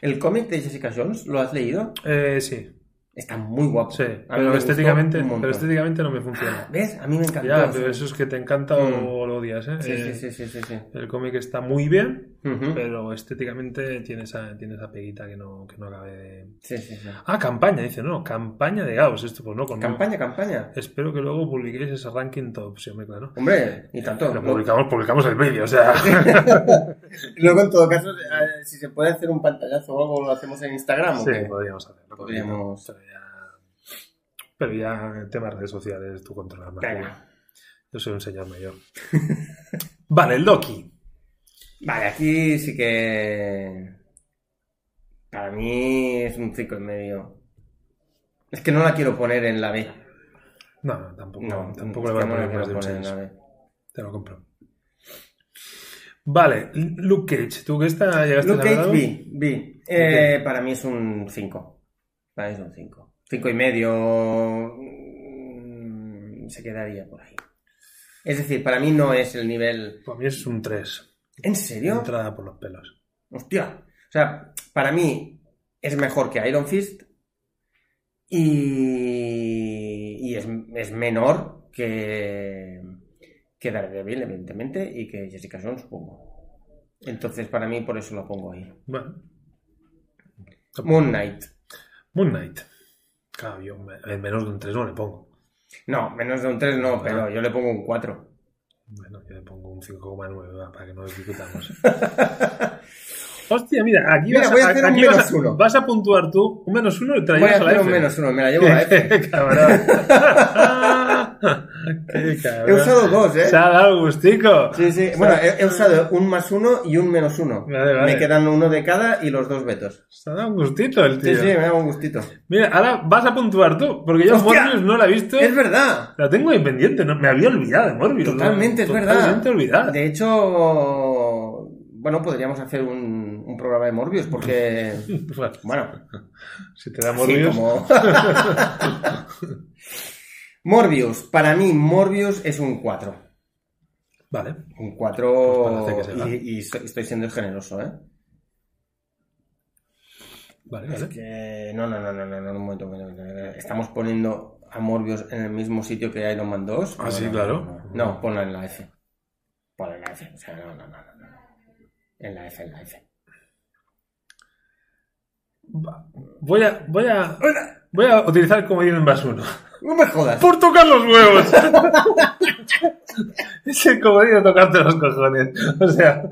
Speaker 2: El cómic de Jessica Jones, ¿lo has leído?
Speaker 1: Eh, sí,
Speaker 2: Está muy guapo.
Speaker 1: sí.
Speaker 2: A mí me
Speaker 1: Pero
Speaker 2: gustó
Speaker 1: estéticamente,
Speaker 2: un montón.
Speaker 1: pero estéticamente no me funciona.
Speaker 2: ¿Ves? A mí me encantó. Mm.
Speaker 1: ya, pero eso es que te encanta o lo odias, ¿eh?
Speaker 2: Sí, sí, Mm.
Speaker 1: Eh,
Speaker 2: sí, sí, sí. sí.
Speaker 1: El cómic está muy bien,
Speaker 2: Ujú.
Speaker 1: pero estéticamente tiene esa, tiene esa peguita que no, que no acabe de.
Speaker 2: Sí, sí, sí.
Speaker 1: Ah, campaña, dice, no, campaña de Gauss, esto pues no, con
Speaker 2: Campaña, campaña.
Speaker 1: Espero que luego publiquéis ese ranking top, sí, hombre, claro.
Speaker 2: Hombre, y tanto.
Speaker 1: Lo
Speaker 2: Lo-
Speaker 1: publicamos, publicamos el vídeo, o sea.
Speaker 2: Luego, en todo caso, eh, si se puede hacer un pantallazo o algo, lo hacemos en Instagram. ¿o
Speaker 1: Sí,
Speaker 2: qué?
Speaker 1: podríamos hacerlo.
Speaker 2: Podríamos.
Speaker 1: Pero ya, pero ya temas redes sociales, tú controlas más.
Speaker 2: Venga.
Speaker 1: Yo soy un señor mayor. vale, el Loki.
Speaker 2: Vale, aquí sí que. Para mí es un 5 y medio. Es que no la quiero poner en la B.
Speaker 1: No, no, tampoco,
Speaker 2: No,
Speaker 1: tampoco le
Speaker 2: es
Speaker 1: voy a
Speaker 2: que no la
Speaker 1: poner más
Speaker 2: quiero
Speaker 1: de un
Speaker 2: poner en
Speaker 1: seis.
Speaker 2: la B.
Speaker 1: Te lo compro. Vale, Luke Cage. ¿Tú que esta llegaste
Speaker 2: Luke
Speaker 1: a hablar
Speaker 2: Cage,
Speaker 1: algo?
Speaker 2: B. B. Eh, para mí es un 5. Para mí es un 5. 5 y medio. mm, Se quedaría por ahí. Es decir, para mí no es el nivel.
Speaker 1: Para mí es un 3.
Speaker 2: ¿En serio?
Speaker 1: Entrada por los pelos.
Speaker 2: Hostia. O sea, para mí es mejor que Iron Fist y, y es, es menor que, que Daredevil, evidentemente, y que Jessica Jones, supongo. Entonces, para mí, por eso lo pongo ahí.
Speaker 1: Bueno.
Speaker 2: Moon Knight.
Speaker 1: Moon Knight. Claro, yo me- el menos de un 3 no le pongo.
Speaker 2: No, menos de un 3 no,
Speaker 1: Ah.
Speaker 2: pero yo le pongo un 4.
Speaker 1: Bueno, yo le pongo un 5,9 va, para que no discutamos. Hostia, mira, aquí,
Speaker 2: Mira,
Speaker 1: vas,
Speaker 2: voy a
Speaker 1: a-
Speaker 2: hacer un
Speaker 1: aquí vas
Speaker 2: menos
Speaker 1: a-
Speaker 2: uno.
Speaker 1: vas a puntuar tú un menos uno y
Speaker 2: Voy a
Speaker 1: traías a la
Speaker 2: hacer
Speaker 1: F.
Speaker 2: un menos uno, me la llevo a la F.
Speaker 1: cabrón. Qué cabrón.
Speaker 2: He usado dos, ¿eh?
Speaker 1: Se ha dado gustico.
Speaker 2: Sí, sí. Bueno, he, he usado un más uno y un menos uno.
Speaker 1: Vale, vale.
Speaker 2: Me quedan uno de cada y los dos vetos.
Speaker 1: Se ha dado un gustito el
Speaker 2: Sí,
Speaker 1: tío.
Speaker 2: sí, me da un gustito.
Speaker 1: Mira, ahora vas a puntuar tú, porque yo
Speaker 2: Hostia.
Speaker 1: Morbius no la he visto.
Speaker 2: Es verdad.
Speaker 1: La tengo ahí pendiente, no, me había olvidado de Morbius. ¿no?
Speaker 2: Totalmente, es verdad.
Speaker 1: Totalmente olvidada.
Speaker 2: De hecho, bueno, podríamos hacer un, un programa de Morbius porque,
Speaker 1: Bueno,
Speaker 2: bueno,
Speaker 1: si te da
Speaker 2: así
Speaker 1: Morbius,
Speaker 2: como- Morbius, para mí Morbius es un 4.
Speaker 1: vale.
Speaker 2: Un
Speaker 1: Pues
Speaker 2: 4
Speaker 1: parece que se va.
Speaker 2: y, y so- estoy siendo generoso, ¿eh?
Speaker 1: Vale,
Speaker 2: Es
Speaker 1: vale.
Speaker 2: que no, no, no, no, no, no, un momento, un momento, un momento. Estamos poniendo a Morbius en el mismo sitio que Iron Man 2.
Speaker 1: Ah,
Speaker 2: No,
Speaker 1: sí,
Speaker 2: no, no,
Speaker 1: claro.
Speaker 2: No, no. No, ponla en la F. Ponla en la F. O sea, no, no, no, no, no. En la F, en la F.
Speaker 1: Va- Voy a, voy a, voy a utilizar como dicen en Basuno.
Speaker 2: No me jodas.
Speaker 1: Por tocar los huevos. Ese comodín de tocarte los cojones. O sea,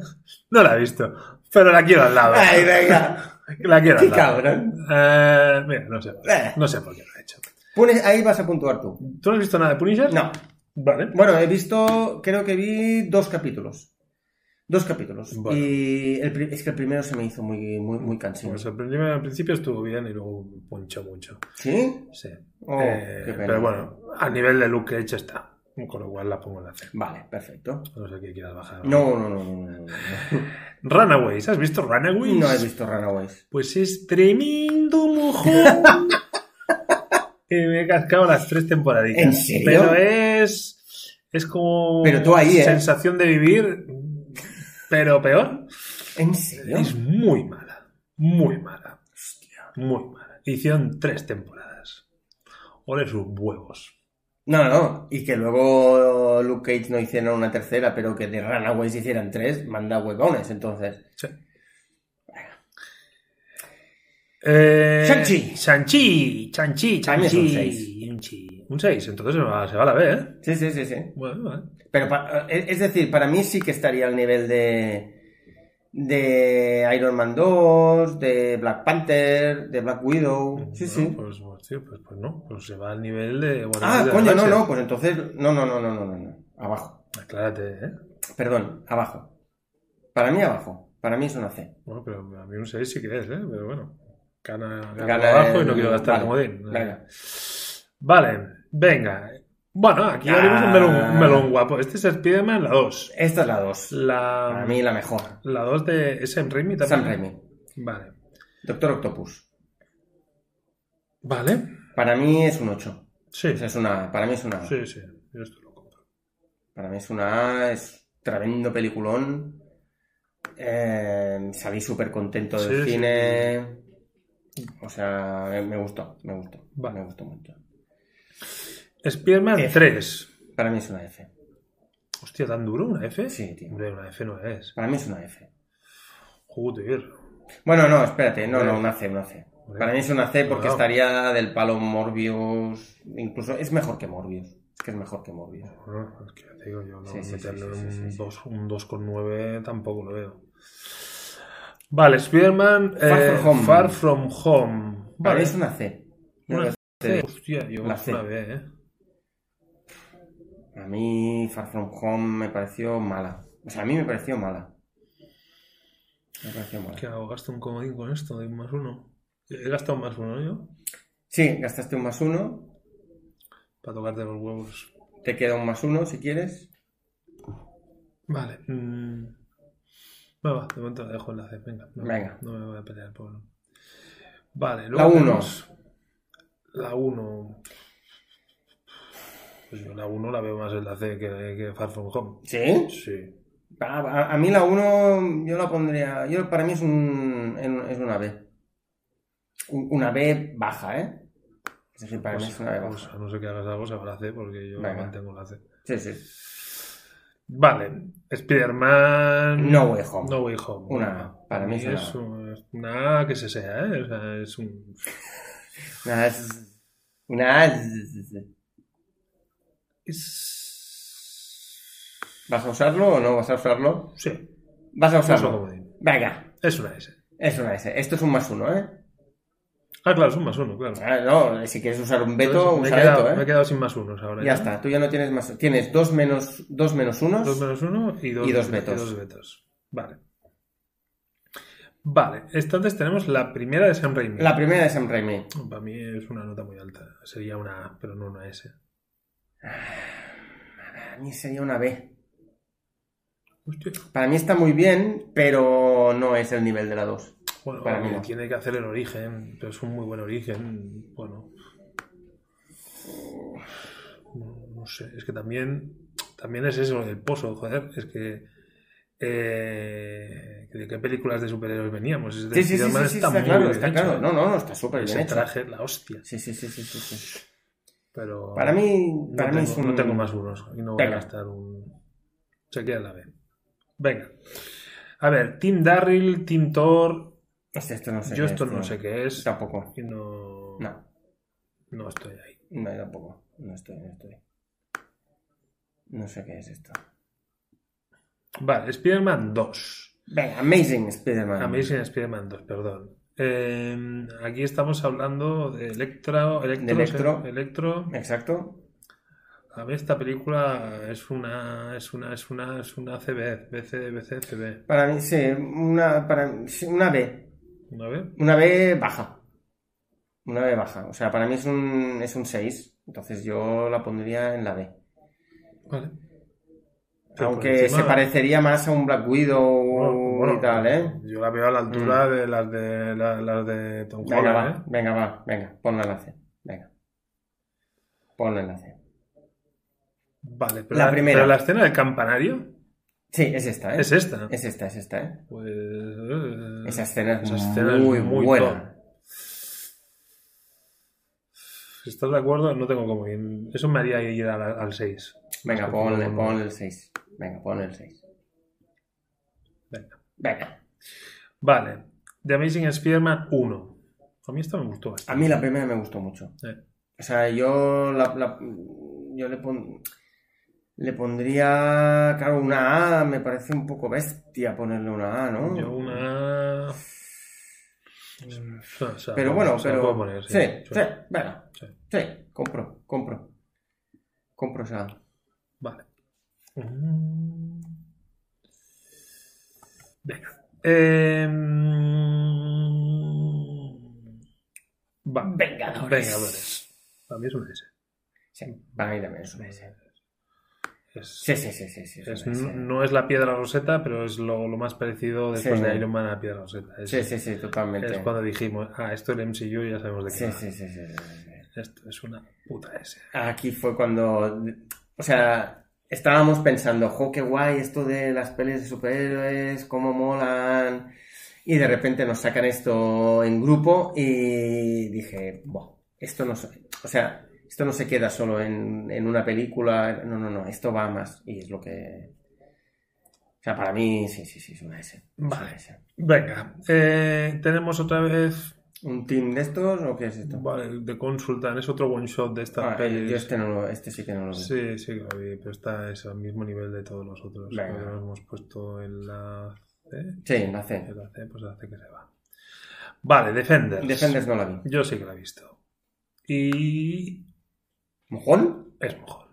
Speaker 1: no la he visto. Pero la quiero al lado.
Speaker 2: Ay, venga.
Speaker 1: La quiero
Speaker 2: Qué
Speaker 1: al lado.
Speaker 2: cabrón.
Speaker 1: Eh, mira, no sé.
Speaker 2: Eh.
Speaker 1: No sé por qué lo he hecho.
Speaker 2: Pones, ahí vas a puntuar tú.
Speaker 1: ¿Tú no has visto nada de Punisher?
Speaker 2: No.
Speaker 1: Vale.
Speaker 2: Bueno, he visto, creo que vi dos capítulos. Dos capítulos.
Speaker 1: Bueno.
Speaker 2: Y el pri- es que el primero se me hizo muy, muy, muy cansino.
Speaker 1: Pues al principio, al principio estuvo bien y luego poncho mucho.
Speaker 2: ¿Sí?
Speaker 1: Sí.
Speaker 2: Oh,
Speaker 1: Eh,
Speaker 2: qué pena.
Speaker 1: pero bueno, a nivel de look que he hecho está. Con lo cual la pongo en la C.
Speaker 2: Vale, perfecto.
Speaker 1: No sé qué quieras bajar.
Speaker 2: No, no, no, no, no. no.
Speaker 1: Runaways. ¿Has visto Runaways?
Speaker 2: No he visto Runaways.
Speaker 1: Pues es tremendo mojón. Y me he cascado las tres temporaditas.
Speaker 2: ¿En serio?
Speaker 1: Pero es. Es como.
Speaker 2: Pero tú ahí, ¿eh?
Speaker 1: Sensación de vivir, pero peor.
Speaker 2: ¿En serio?
Speaker 1: Es muy mala. Muy mala. Muy mala. Hicieron tres temporadas. Ole sus huevos.
Speaker 2: No, no, y que luego Luke Cage no hiciera una tercera, pero que de Runaways hicieran tres, manda huevones, entonces.
Speaker 1: Sí. Eh,
Speaker 2: Shang-Chi.
Speaker 1: Shang-Chi, Shang-Chi,
Speaker 2: Para mí es un
Speaker 1: Shang-Chi.
Speaker 2: seis.
Speaker 1: Shang-Chi. Un 6, entonces se va, se va a la B, ¿eh?
Speaker 2: Sí, sí, sí, sí.
Speaker 1: Bueno, vale.
Speaker 2: Pero pa- eh, es es decir, para mí sí que estaría al nivel de de Iron Man 2, de Black Panther, de Black Widow. Sí,
Speaker 1: Bueno, Pues,
Speaker 2: sí.
Speaker 1: pues, tío, pues, pues no, pues se va al nivel de. Guardianes
Speaker 2: Ah,
Speaker 1: de la
Speaker 2: coño, no, pues-
Speaker 1: Galaxia.
Speaker 2: no, pues entonces no, no, no, no, no, no, no. Abajo.
Speaker 1: Aclárate, ¿eh?
Speaker 2: Perdón, abajo. Para mí abajo. Para mí es una C.
Speaker 1: Bueno, pero a mí un 6 sí que es, ¿eh? Pero bueno, gana, gana,
Speaker 2: Gana
Speaker 1: abajo y
Speaker 2: el-
Speaker 1: no quiero gastar
Speaker 2: vale,
Speaker 1: comodín.
Speaker 2: venga.
Speaker 1: Vale, venga. Bueno, aquí
Speaker 2: Ah.
Speaker 1: abrimos un melón, un melón guapo. Este es Spider-Man, la 2.
Speaker 2: Esta es la 2. Para
Speaker 1: La,
Speaker 2: mí la mejor.
Speaker 1: la 2 de ¿es Sam Raimi también. ¿eh?
Speaker 2: Sam Raimi.
Speaker 1: Vale.
Speaker 2: Doctor Octopus.
Speaker 1: Vale.
Speaker 2: Para mí es un 8.
Speaker 1: Sí,
Speaker 2: O sea, es una, para mí es una A.
Speaker 1: sí, sí. Yo esto lo compro.
Speaker 2: Para mí es una A, es tremendo peliculón. Eh, salí súper contento del
Speaker 1: Sí, sí.
Speaker 2: cine. O sea, me- me gustó, me gustó.
Speaker 1: Vale.
Speaker 2: Me gustó mucho.
Speaker 1: Spider-Man
Speaker 2: F.
Speaker 1: 3.
Speaker 2: Para mí es una F.
Speaker 1: Hostia, ¿tan duro una F?
Speaker 2: Sí, tío.
Speaker 1: Hombre, una F no es.
Speaker 2: Para mí es una F.
Speaker 1: Joder.
Speaker 2: Bueno, no, espérate, no,
Speaker 1: Hombre.
Speaker 2: no, una C, una C.
Speaker 1: Hombre.
Speaker 2: Para mí es una C porque
Speaker 1: No.
Speaker 2: estaría del palo Morbius. Incluso es mejor que Morbius. Es que es mejor que Morbius.
Speaker 1: Bueno, es que ya te digo, yo no
Speaker 2: Sí, sí,
Speaker 1: meterle
Speaker 2: sí, sí, sí,
Speaker 1: un
Speaker 2: sí, sí.
Speaker 1: 2 un 2,9 tampoco lo veo. Vale, Spider-Man
Speaker 2: Far
Speaker 1: eh,
Speaker 2: From Home.
Speaker 1: Far From Home.
Speaker 2: Para
Speaker 1: Vale,
Speaker 2: mí es una C. Yo
Speaker 1: Una
Speaker 2: creo que es C.
Speaker 1: hostia, yo
Speaker 2: La
Speaker 1: es
Speaker 2: C.
Speaker 1: una B, ¿eh?
Speaker 2: A mí Far From Home me pareció mala. O sea, a mí me pareció mala. Me pareció mala.
Speaker 1: ¿Qué hago? ¿Gasto un comodín con esto de un más uno? He gastado un más uno yo
Speaker 2: Sí, gastaste un más uno.
Speaker 1: para tocarte los huevos.
Speaker 2: Te queda un más uno si quieres.
Speaker 1: Vale. mm. Va, va, de momento la dejo en la C. Venga, no,
Speaker 2: Venga.
Speaker 1: no me voy a pelear por. Vale,
Speaker 2: La
Speaker 1: luego.
Speaker 2: uno.
Speaker 1: tenemos La 1. Pues yo la 1 la veo más en la C que, que Far From Home.
Speaker 2: ¿Sí?
Speaker 1: Sí.
Speaker 2: A, a- a mí la uno yo la pondría. Yo, para mí es, un, en- es una B. Un- Una B baja, ¿eh? Es decir, para mí
Speaker 1: Pues,
Speaker 2: es una B
Speaker 1: pues,
Speaker 2: baja.
Speaker 1: a no ser que hagas algo, se habrá la C porque yo
Speaker 2: Venga.
Speaker 1: mantengo la C.
Speaker 2: Sí, sí.
Speaker 1: Vale, Spider-Man.
Speaker 2: No Way Home.
Speaker 1: No Way Home.
Speaker 2: Una A. Para mí es una
Speaker 1: es un- una A que se sea, ¿eh? O sea, es un.
Speaker 2: Una S- Una S-
Speaker 1: Es.
Speaker 2: ¿Vas a usarlo o no vas a usarlo?
Speaker 1: Sí,
Speaker 2: Vas a
Speaker 1: es un
Speaker 2: usarlo.
Speaker 1: comodín.
Speaker 2: Venga,
Speaker 1: Es una S.
Speaker 2: es una S. Esto es un más uno, ¿eh?
Speaker 1: Ah, claro, es un más uno, claro.
Speaker 2: Ah, no, si quieres usar un veto,
Speaker 1: Entonces, me, he
Speaker 2: usa
Speaker 1: quedado,
Speaker 2: veto, ¿eh?
Speaker 1: me he quedado sin más unos ahora.
Speaker 2: Ya está, tú ya no tienes más. Tienes dos menos, dos menos unos.
Speaker 1: Dos menos uno y dos,
Speaker 2: Y dos vetos.
Speaker 1: vetos. Vale. Vale, entonces tenemos la primera de Sam Raimi.
Speaker 2: La primera de Sam Raimi.
Speaker 1: Para mí es una nota muy alta. Sería una A, pero no una S.
Speaker 2: Para mí sería una B.
Speaker 1: Hostia.
Speaker 2: Para mí está muy bien, pero no es el nivel de la 2.
Speaker 1: Bueno,
Speaker 2: Para mí no.
Speaker 1: tiene que hacer el origen, pero es un muy buen origen. Bueno. No, no sé, es que también, también es eso, el pozo, joder. Es que. eh, ¿De qué películas de superhéroes veníamos? Es
Speaker 2: Sí,
Speaker 1: decir,
Speaker 2: sí, sí, sí,
Speaker 1: Spider-Man
Speaker 2: sí,
Speaker 1: está
Speaker 2: está,
Speaker 1: muy
Speaker 2: claro,
Speaker 1: bien
Speaker 2: está
Speaker 1: hecho,
Speaker 2: claro.
Speaker 1: ¿eh?
Speaker 2: No, no, no, está súper bien
Speaker 1: Ese
Speaker 2: hecho.
Speaker 1: traje, la hostia.
Speaker 2: Sí, sí, sí, sí, sí, sí.
Speaker 1: Pero.
Speaker 2: Para mí,
Speaker 1: No,
Speaker 2: para
Speaker 1: tengo,
Speaker 2: mí es un...
Speaker 1: no tengo más unos y no voy
Speaker 2: Venga.
Speaker 1: a gastar un. Se queda la B. Venga. A ver, Team Darryl, Team Thor.
Speaker 2: O sea, esto no sé
Speaker 1: Yo
Speaker 2: qué
Speaker 1: esto
Speaker 2: es,
Speaker 1: no sé qué es.
Speaker 2: Tampoco.
Speaker 1: Y no.
Speaker 2: No,
Speaker 1: no estoy ahí.
Speaker 2: no, yo tampoco. No estoy, no estoy. No sé qué es esto.
Speaker 1: Vale, Spider-Man 2.
Speaker 2: Venga, Amazing Spider-Man.
Speaker 1: Amazing Spider-Man 2, perdón. Eh, aquí estamos hablando de Electra, Electro.
Speaker 2: De Electro.
Speaker 1: sí, Electro.
Speaker 2: Exacto.
Speaker 1: A ver, esta película es una. Es una. Es una. Es una CB. BC, BC, CB.
Speaker 2: Para mí, sí, una, para, sí, una B.
Speaker 1: ¿No ves?
Speaker 2: Una B baja. Una B baja. O sea, para mí es un, es un 6. Entonces yo la pondría en la B.
Speaker 1: Vale. Pero por
Speaker 2: Aunque
Speaker 1: encima-
Speaker 2: se parecería más a un Black Widow
Speaker 1: Bueno,
Speaker 2: y tal, ¿eh? Mm.
Speaker 1: Yo la veo a la altura de las de la- las de Tom
Speaker 2: Venga, va,
Speaker 1: Holland, ¿eh?
Speaker 2: venga, va, venga, ponla en la C. Venga. Ponla en la C.
Speaker 1: Vale, pero
Speaker 2: La
Speaker 1: la,
Speaker 2: primera.
Speaker 1: pero la escena del campanario
Speaker 2: Sí, es esta, ¿eh?
Speaker 1: es esta.
Speaker 2: Es esta, es esta, ¿eh?
Speaker 1: Pues, eh,
Speaker 2: Esa escena es
Speaker 1: esa escena es
Speaker 2: muy,
Speaker 1: muy
Speaker 2: buena.
Speaker 1: Si Pues, estás de acuerdo, no tengo cómo ir. Eso me haría ir al, al 6.
Speaker 2: Venga, ponle, ponle el 6. Venga, ponle el 6.
Speaker 1: Venga.
Speaker 2: Venga.
Speaker 1: Vale. The Amazing Spider-Man 1. A mí esto me gustó bastante.
Speaker 2: A mí la primera me gustó mucho.
Speaker 1: Eh.
Speaker 2: O sea, yo la, la- yo le pon- le pondría, claro, una A, me parece un poco bestia ponerle una A, ¿no?
Speaker 1: Yo una... Ah, O sea,
Speaker 2: Pero bueno,
Speaker 1: se la
Speaker 2: pero
Speaker 1: puedo poner,
Speaker 2: sí, sí,
Speaker 1: sí.
Speaker 2: venga.
Speaker 1: Sí.
Speaker 2: Sí. compro, compro. Compro esa A.
Speaker 1: Vale. Mm. Venga. Eh, va.
Speaker 2: Vengadores.
Speaker 1: Vengadores. Para mí es un S.
Speaker 2: Sí, para mí también es una S.
Speaker 1: Es-
Speaker 2: Sí, sí, sí, sí, sí. es
Speaker 1: es-
Speaker 2: una
Speaker 1: no,
Speaker 2: S.
Speaker 1: no es la piedra roseta, pero es lo, lo más parecido después
Speaker 2: Sí.
Speaker 1: de Iron Man a la piedra roseta. Es,
Speaker 2: Sí, sí, sí, totalmente.
Speaker 1: es cuando dijimos, ah, esto es el MCU ya sabemos de qué
Speaker 2: Sí,
Speaker 1: va.
Speaker 2: sí, sí, sí, sí, sí.
Speaker 1: Esto es una puta S.
Speaker 2: Aquí fue cuando, o sea, estábamos pensando, jo, qué guay esto de las pelis de superhéroes, cómo molan. Y de repente nos sacan esto en grupo y dije, "Buah, esto no se- o sea, esto no se queda solo en, en una película, no, no, no, esto va a más. Y es lo que... O sea, para mí, sí, sí, sí, es una S. es una
Speaker 1: Vale.
Speaker 2: S.
Speaker 1: Venga, eh, tenemos otra vez
Speaker 2: ¿Un team de estos o qué es esto?
Speaker 1: Vale, de Consultan es otro one shot de estas
Speaker 2: Ah,
Speaker 1: pelis.
Speaker 2: yo este, no lo- este sí que no lo vi.
Speaker 1: Sí, sí, que lo vi, pero está es al mismo nivel de todos los otros.
Speaker 2: Venga.
Speaker 1: Nosotros lo hemos puesto en la C.
Speaker 2: Sí, la C.
Speaker 1: En la C, pues la C que se va. Vale, Defenders.
Speaker 2: Defenders no la vi.
Speaker 1: Yo sí que la he visto. Y.
Speaker 2: ¿Mojón?
Speaker 1: Es mejor.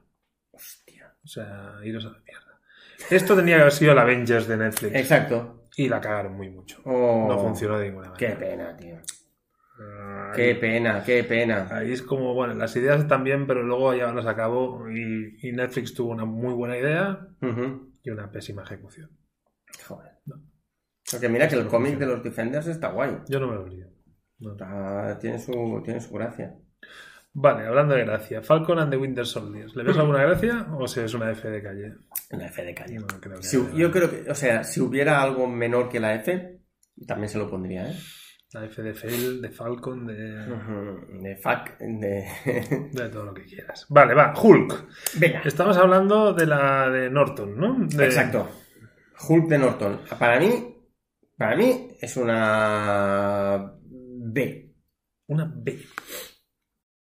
Speaker 2: Hostia.
Speaker 1: O sea, iros a la mierda. Esto tenía que haber sido el Avengers de Netflix.
Speaker 2: Exacto.
Speaker 1: Y la cagaron muy mucho.
Speaker 2: Oh,
Speaker 1: No funcionó de ninguna
Speaker 2: Qué
Speaker 1: manera.
Speaker 2: pena, tío.
Speaker 1: Ay,
Speaker 2: Qué pena, qué pena.
Speaker 1: Ahí es como, bueno, las ideas están bien, pero luego llevarlas a cabo y, y Netflix tuvo una muy buena idea
Speaker 2: Ujú.
Speaker 1: y una pésima ejecución.
Speaker 2: Joder.
Speaker 1: No.
Speaker 2: Porque mira que el cómic de los Defenders está guay.
Speaker 1: Yo no me lo olvido. No.
Speaker 2: Está- tiene, su, tiene su gracia.
Speaker 1: Vale, hablando de gracia, Falcon and the Winter Soldier. ¿Le ves alguna gracia o si es una F de calle?
Speaker 2: La F de calle.
Speaker 1: No, creo que
Speaker 2: Si-
Speaker 1: haya.
Speaker 2: yo creo que, o sea, si hubiera algo menor que la F, también se lo pondría, ¿eh?
Speaker 1: La F de fail, de Falcon, de,
Speaker 2: Ujú. De fuck, de...
Speaker 1: de todo lo que quieras. Vale, va, Hulk.
Speaker 2: Venga.
Speaker 1: Estamos hablando de la de Norton, ¿no? De-
Speaker 2: Exacto. Hulk de Norton. Para mí, para mí es una B.
Speaker 1: Una B.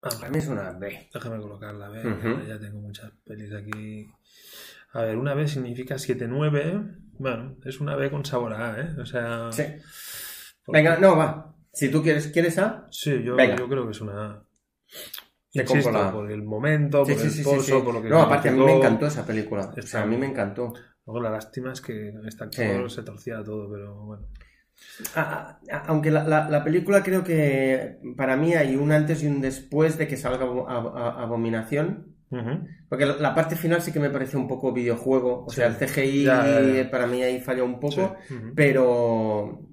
Speaker 1: Ah,
Speaker 2: Para mí es una B.
Speaker 1: Déjame colocarla, a ver,
Speaker 2: Ujú.
Speaker 1: ya tengo muchas pelis aquí. A ver, una B significa 7-9. Bueno, es una B con sabor a A, ¿eh? O sea.
Speaker 2: Sí.
Speaker 1: porque-
Speaker 2: Venga, no, va. Si tú quieres, ¿quieres A?
Speaker 1: Sí, yo,
Speaker 2: Venga.
Speaker 1: yo creo que es una A.
Speaker 2: Te
Speaker 1: Insisto,
Speaker 2: compro la A.
Speaker 1: por el momento, por el torso, por lo que.
Speaker 2: No, aparte a mí me
Speaker 1: significó.
Speaker 2: encantó esa película. O sea, a mí me encantó.
Speaker 1: Luego la lástima es que esta
Speaker 2: Sí.
Speaker 1: actor se torcía todo, pero bueno.
Speaker 2: A- a- aunque la, la- la película creo que para mí hay un antes y un después de que salga Abo- Ab- Ab- Abominación.
Speaker 1: Ujú.
Speaker 2: Porque la- la parte final sí que me parece un poco videojuego. O
Speaker 1: Sí.
Speaker 2: sea, el CGI
Speaker 1: Ya, ya, ya.
Speaker 2: para mí ahí falla un poco.
Speaker 1: Sí. Ujú.
Speaker 2: Pero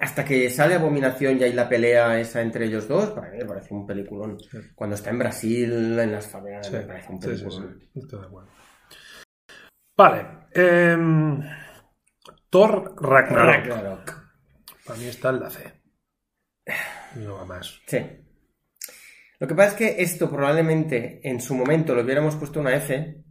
Speaker 2: hasta que sale Abominación y hay la pelea esa entre ellos dos, para mí me parece un peliculón.
Speaker 1: Sí.
Speaker 2: Cuando está en Brasil, en las favelas,
Speaker 1: Sí,
Speaker 2: me parece un
Speaker 1: sí, sí,
Speaker 2: peliculón.
Speaker 1: sí, estoy de acuerdo. Vale. em, Thor Ragnarok.
Speaker 2: Ragnarok.
Speaker 1: Para mí está en la C. No va más.
Speaker 2: Sí. Lo que pasa es que esto probablemente en su momento lo hubiéramos puesto una F,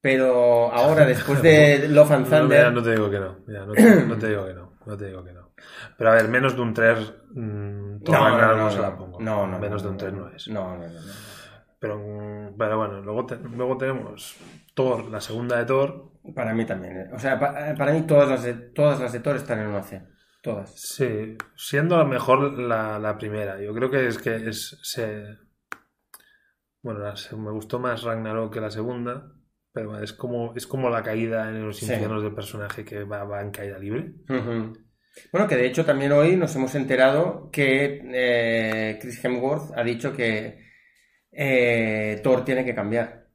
Speaker 2: pero ahora, después de Love and
Speaker 1: No, mira,
Speaker 2: Thunder,
Speaker 1: no te digo que no. Mira, no, te, no te digo que no. No te digo que no. Pero a ver, menos de un 3. mm, Thor
Speaker 2: no,
Speaker 1: Ragnarok
Speaker 2: no,
Speaker 1: se
Speaker 2: no,
Speaker 1: la pongo.
Speaker 2: no, no,
Speaker 1: Menos de
Speaker 2: no,
Speaker 1: un
Speaker 2: no,
Speaker 1: 3 no,
Speaker 2: no.
Speaker 1: es.
Speaker 2: No, no, no, no.
Speaker 1: Pero, mm, pero bueno, luego, te- luego tenemos Thor, la segunda de Thor.
Speaker 2: Para mí también. eh. O sea, pa- para, mí todas las de, todas las de Thor están en una C. Todas.
Speaker 1: Sí, siendo a lo mejor la, la primera. Yo creo que es que es. Se... Bueno, la se- me gustó más Ragnarok que la segunda. Pero bueno, es como, es como la caída en los
Speaker 2: Sí.
Speaker 1: infiernos del personaje que va, va en caída libre.
Speaker 2: Ujú. Bueno, que de hecho también hoy nos hemos enterado que eh, Chris Hemsworth ha dicho que eh, Thor tiene que cambiar.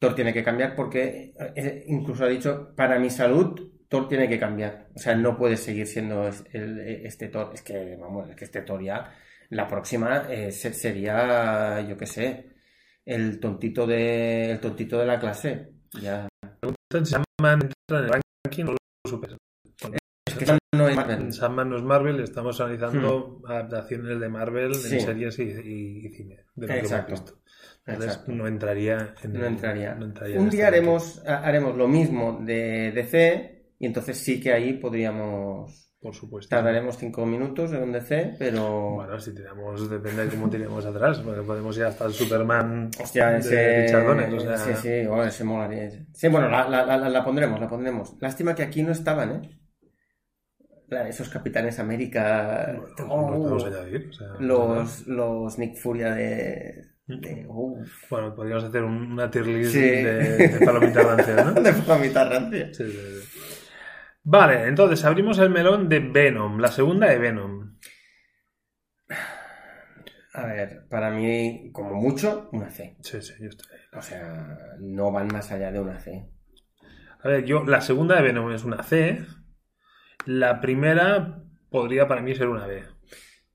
Speaker 2: Thor tiene que cambiar porque eh, incluso ha dicho, para mi salud, Thor tiene que cambiar. O sea, no puede seguir siendo es- el- este Thor. Es que, vamos, es que este Thor ya, la próxima eh, se- sería, yo qué sé, el tontito de, el tontito de la clase. Ya. Mm.
Speaker 1: Entonces, ¿se llaman, entran en el ranking o lo superan?
Speaker 2: es que no es Marvel.
Speaker 1: Sandman no es Marvel, estamos analizando adaptaciones de Marvel
Speaker 2: Mm. Sí.
Speaker 1: en series y, y- y cine. De lo que
Speaker 2: Exacto.
Speaker 1: hemos visto. Entonces,
Speaker 2: Exacto.
Speaker 1: no entraría en
Speaker 2: No
Speaker 1: el-
Speaker 2: entraría.
Speaker 1: no entraría en
Speaker 2: Un
Speaker 1: este
Speaker 2: día
Speaker 1: ranking.
Speaker 2: haremos, ha- haremos lo mismo de DC y entonces sí que ahí podríamos...
Speaker 1: Por supuesto.
Speaker 2: Tardaremos cinco minutos en un DC, pero...
Speaker 1: Bueno, si tiramos, depende de cómo tiremos atrás. Bueno, podemos ir hasta el Superman
Speaker 2: Hostia,
Speaker 1: de
Speaker 2: ese...
Speaker 1: Richard Donner, o sea,
Speaker 2: Sí, sí, bueno, ese molaría. ese. Sí, bueno, la, la- la- la pondremos, la pondremos. Lástima que aquí no estaban, ¿eh? La- Esos Capitanes América...
Speaker 1: bueno,
Speaker 2: Oh,
Speaker 1: lo podemos añadir. o sea,
Speaker 2: los, los Nick Furia de... de-
Speaker 1: nada.
Speaker 2: uh,
Speaker 1: Bueno, podríamos hacer un- una tier list
Speaker 2: Sí.
Speaker 1: de, de palomitas rancias, ¿no?
Speaker 2: de palomitas rancias.
Speaker 1: Sí, sí, sí. Vale, entonces abrimos el melón de Venom, la segunda de Venom.
Speaker 2: A ver, para mí, como mucho, una C.
Speaker 1: Sí, sí, yo estoy.
Speaker 2: O sea, no van más allá de una C.
Speaker 1: A ver, yo, la segunda de Venom es una C. La primera podría para mí ser una B.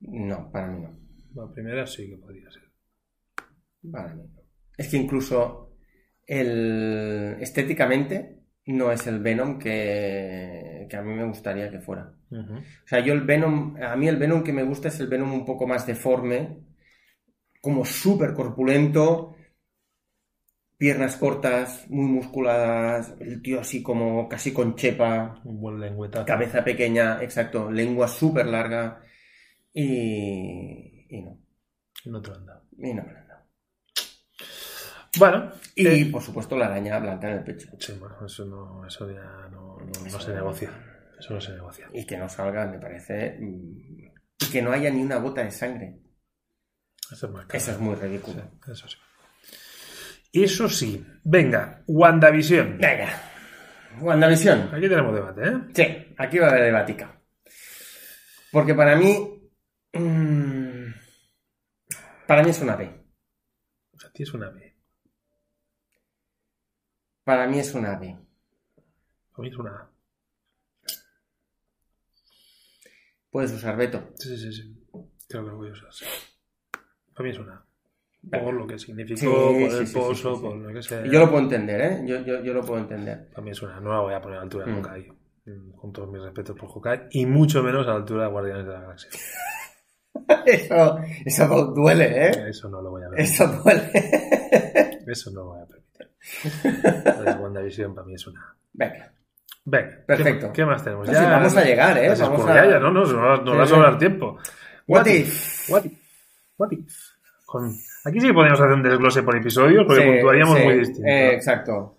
Speaker 2: No, para mí no.
Speaker 1: La primera sí que podría ser.
Speaker 2: Para mí no. Es que incluso el... estéticamente no es el Venom que... que a mí me gustaría que fuera.
Speaker 1: Ujú.
Speaker 2: O sea, yo el Venom, a mí el Venom que me gusta es el Venom un poco más deforme, como súper corpulento, piernas cortas, muy musculadas, el tío así como casi con chepa.
Speaker 1: Un buen lengüetazo.
Speaker 2: Cabeza pequeña, exacto. Lengua súper larga. Y, y no.
Speaker 1: No te lo han dado.
Speaker 2: Y no me la han dado.
Speaker 1: Bueno,
Speaker 2: Y
Speaker 1: eh,
Speaker 2: por supuesto la araña blanca en el pecho.
Speaker 1: sí, bueno, eso, no, eso ya no, no- no
Speaker 2: Eso
Speaker 1: se
Speaker 2: no.
Speaker 1: negocia. Eso no se negocia.
Speaker 2: Y que no salga, me parece. mm, Y que no haya ni una gota de sangre.
Speaker 1: Eso es más caro.
Speaker 2: Eso es muy ridículo.
Speaker 1: Sí, eso sí. Eso sí. Venga, WandaVision.
Speaker 2: Venga. WandaVision.
Speaker 1: Aquí tenemos debate, ¿eh?
Speaker 2: Sí, aquí va a haber debática. Porque para mí. mm, para mí es una B.
Speaker 1: O sea, tienes una B.
Speaker 2: Para mí es una B.
Speaker 1: A mí es una A.
Speaker 2: Puedes usar Beto.
Speaker 1: Sí, sí, sí. Creo que lo voy a usar. sí. Para mí es una A. Por
Speaker 2: Venga.
Speaker 1: lo que significó,
Speaker 2: Sí,
Speaker 1: por
Speaker 2: sí,
Speaker 1: el
Speaker 2: sí,
Speaker 1: pozo,
Speaker 2: sí, sí, sí.
Speaker 1: por lo que sea.
Speaker 2: Yo lo puedo entender, ¿eh? Yo, yo, yo lo puedo entender.
Speaker 1: Para mí es una. No la voy a poner a la altura de
Speaker 2: Mm.
Speaker 1: Hawkeye. Mm, Con todos mis respetos por Hawkeye. Y mucho menos a la altura de Guardianes de la Galaxia.
Speaker 2: Eso, eso du- duele, ¿eh?
Speaker 1: Eso no lo voy a ver.
Speaker 2: Eso duele.
Speaker 1: Eso no lo voy a permitir. La WandaVision para mí es una.
Speaker 2: Venga,
Speaker 1: Venga, ¿qué
Speaker 2: Perfecto.
Speaker 1: más- ¿qué, más tenemos?
Speaker 2: Entonces, vamos a llegar, ¿eh?
Speaker 1: las
Speaker 2: Vamos
Speaker 1: escurridallas,
Speaker 2: a...
Speaker 1: no, no, no, no
Speaker 2: Sí,
Speaker 1: va a
Speaker 2: sí.
Speaker 1: sobrar tiempo.
Speaker 2: What if?
Speaker 1: What if? What if? Con- Aquí sí que podríamos hacer un desglose por episodios porque
Speaker 2: Sí,
Speaker 1: puntuaríamos
Speaker 2: sí,
Speaker 1: muy distinto.
Speaker 2: eh, exacto.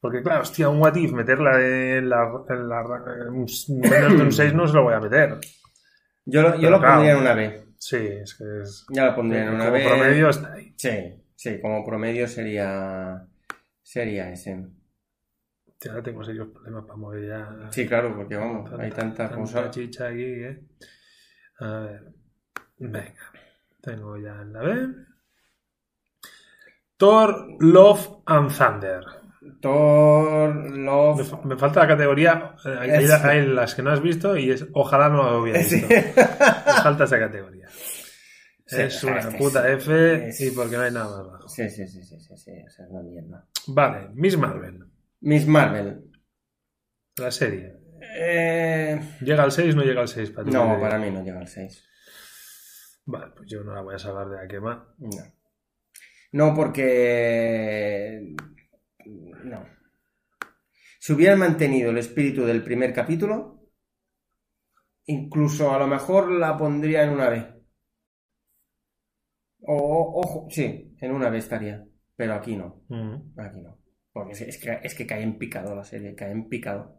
Speaker 1: Porque, claro, hostia, un what if, meterla en la. En la en un- menos de un 6 no se lo voy a meter.
Speaker 2: Yo lo, yo
Speaker 1: Pero
Speaker 2: lo
Speaker 1: claro.
Speaker 2: pondría en una B.
Speaker 1: Sí, es que es.
Speaker 2: Ya lo pondría en una
Speaker 1: como
Speaker 2: B.
Speaker 1: promedio está ahí.
Speaker 2: Sí, sí, como promedio sería... Sería ese.
Speaker 1: Ya tengo serios problemas para mover ya.
Speaker 2: Sí, claro, porque vamos,
Speaker 1: Tanta-
Speaker 2: hay tanta cosa.
Speaker 1: chicha aquí, ¿eh? A ver. Venga. Tengo ya en la B. Thor, Love and Thunder.
Speaker 2: Thor,
Speaker 1: Me,
Speaker 2: Love...
Speaker 1: fa- me falta la categoría. eh, Hay, hay la- hay las que no has visto y es ojalá no lo hubiera
Speaker 2: Sí.
Speaker 1: visto. Me falta esa categoría.
Speaker 2: Sí,
Speaker 1: es
Speaker 2: o sea,
Speaker 1: una
Speaker 2: es que
Speaker 1: puta
Speaker 2: es-
Speaker 1: F
Speaker 2: es-
Speaker 1: y porque no hay nada más bajo.
Speaker 2: Sí, sí, sí, sí, sí, sí, esa es una mierda.
Speaker 1: Vale, Miss Marvel.
Speaker 2: Miss Marvel.
Speaker 1: La serie.
Speaker 2: Eh,
Speaker 1: ¿Llega al 6? No llega al 6 para ti.
Speaker 2: No, para mí no llega al 6.
Speaker 1: Vale, pues yo no la voy a salvar de la quema.
Speaker 2: No. No, porque. No. Si hubieran mantenido el espíritu del primer capítulo, incluso a lo mejor la pondría en una B. O, o- ojo, sí, en una B estaría. Pero aquí no,
Speaker 1: Mm.
Speaker 2: aquí no. Porque es, es que, es que cae en picado la serie, cae en picado.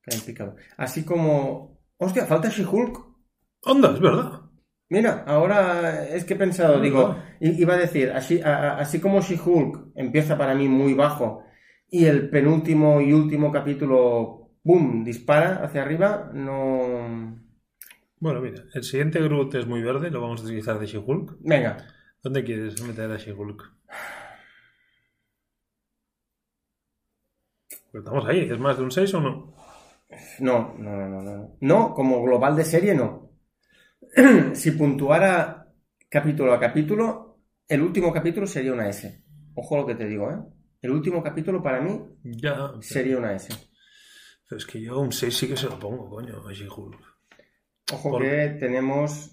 Speaker 2: Cae en picado. Así como. Hostia, falta She-Hulk.
Speaker 1: Onda, es verdad.
Speaker 2: Mira, ahora es que he pensado, digo, i- iba a decir, así, a- a- así como She-Hulk empieza para mí muy bajo y el penúltimo y último capítulo, ¡boom!, dispara hacia arriba, no...
Speaker 1: Bueno, mira, el siguiente Groot es muy verde, lo vamos a utilizar de She-Hulk.
Speaker 2: Venga,
Speaker 1: ¿Dónde quieres meter a She-Hulk? Pero estamos ahí, ¿es más de un 6 o no?
Speaker 2: no, no, no, no, no. No, como global de serie, no. si puntuara capítulo a capítulo, el último capítulo sería una S. Ojo lo que te digo, ¿eh? El último capítulo para mí
Speaker 1: Ya.
Speaker 2: sería una S.
Speaker 1: Pero es que yo un 6 sí que se lo pongo, coño, a She-Hulk.
Speaker 2: Ojo
Speaker 1: Por-
Speaker 2: que tenemos.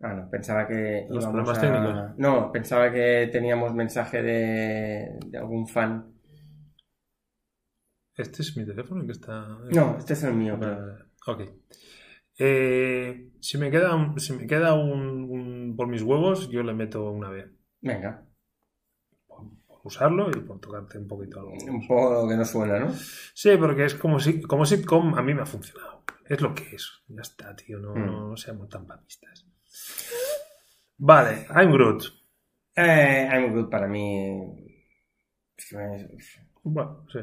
Speaker 2: Ah, no, pensaba que.
Speaker 1: Los
Speaker 2: íbamos
Speaker 1: problemas
Speaker 2: a-
Speaker 1: técnicos.
Speaker 2: No, pensaba que teníamos mensaje de, de algún fan.
Speaker 1: Este es mi teléfono el que está.
Speaker 2: No, este es el mío, pero.
Speaker 1: Mm. Vale, Ok. Eh, si me queda, un- si me queda un, un por mis huevos, yo le meto una B.
Speaker 2: Venga,
Speaker 1: Por, por usarlo y por tocarte un poquito algo.
Speaker 2: un poco que no suena, ¿no?
Speaker 1: Sí, porque es como, si, como sitcom, a mí me ha funcionado. Es lo que es. Ya está, tío. No,
Speaker 2: Mm.
Speaker 1: no seamos tan papistas. Vale, I'm Groot.
Speaker 2: Eh, I'm good para mí. es que me-
Speaker 1: Bueno, sí.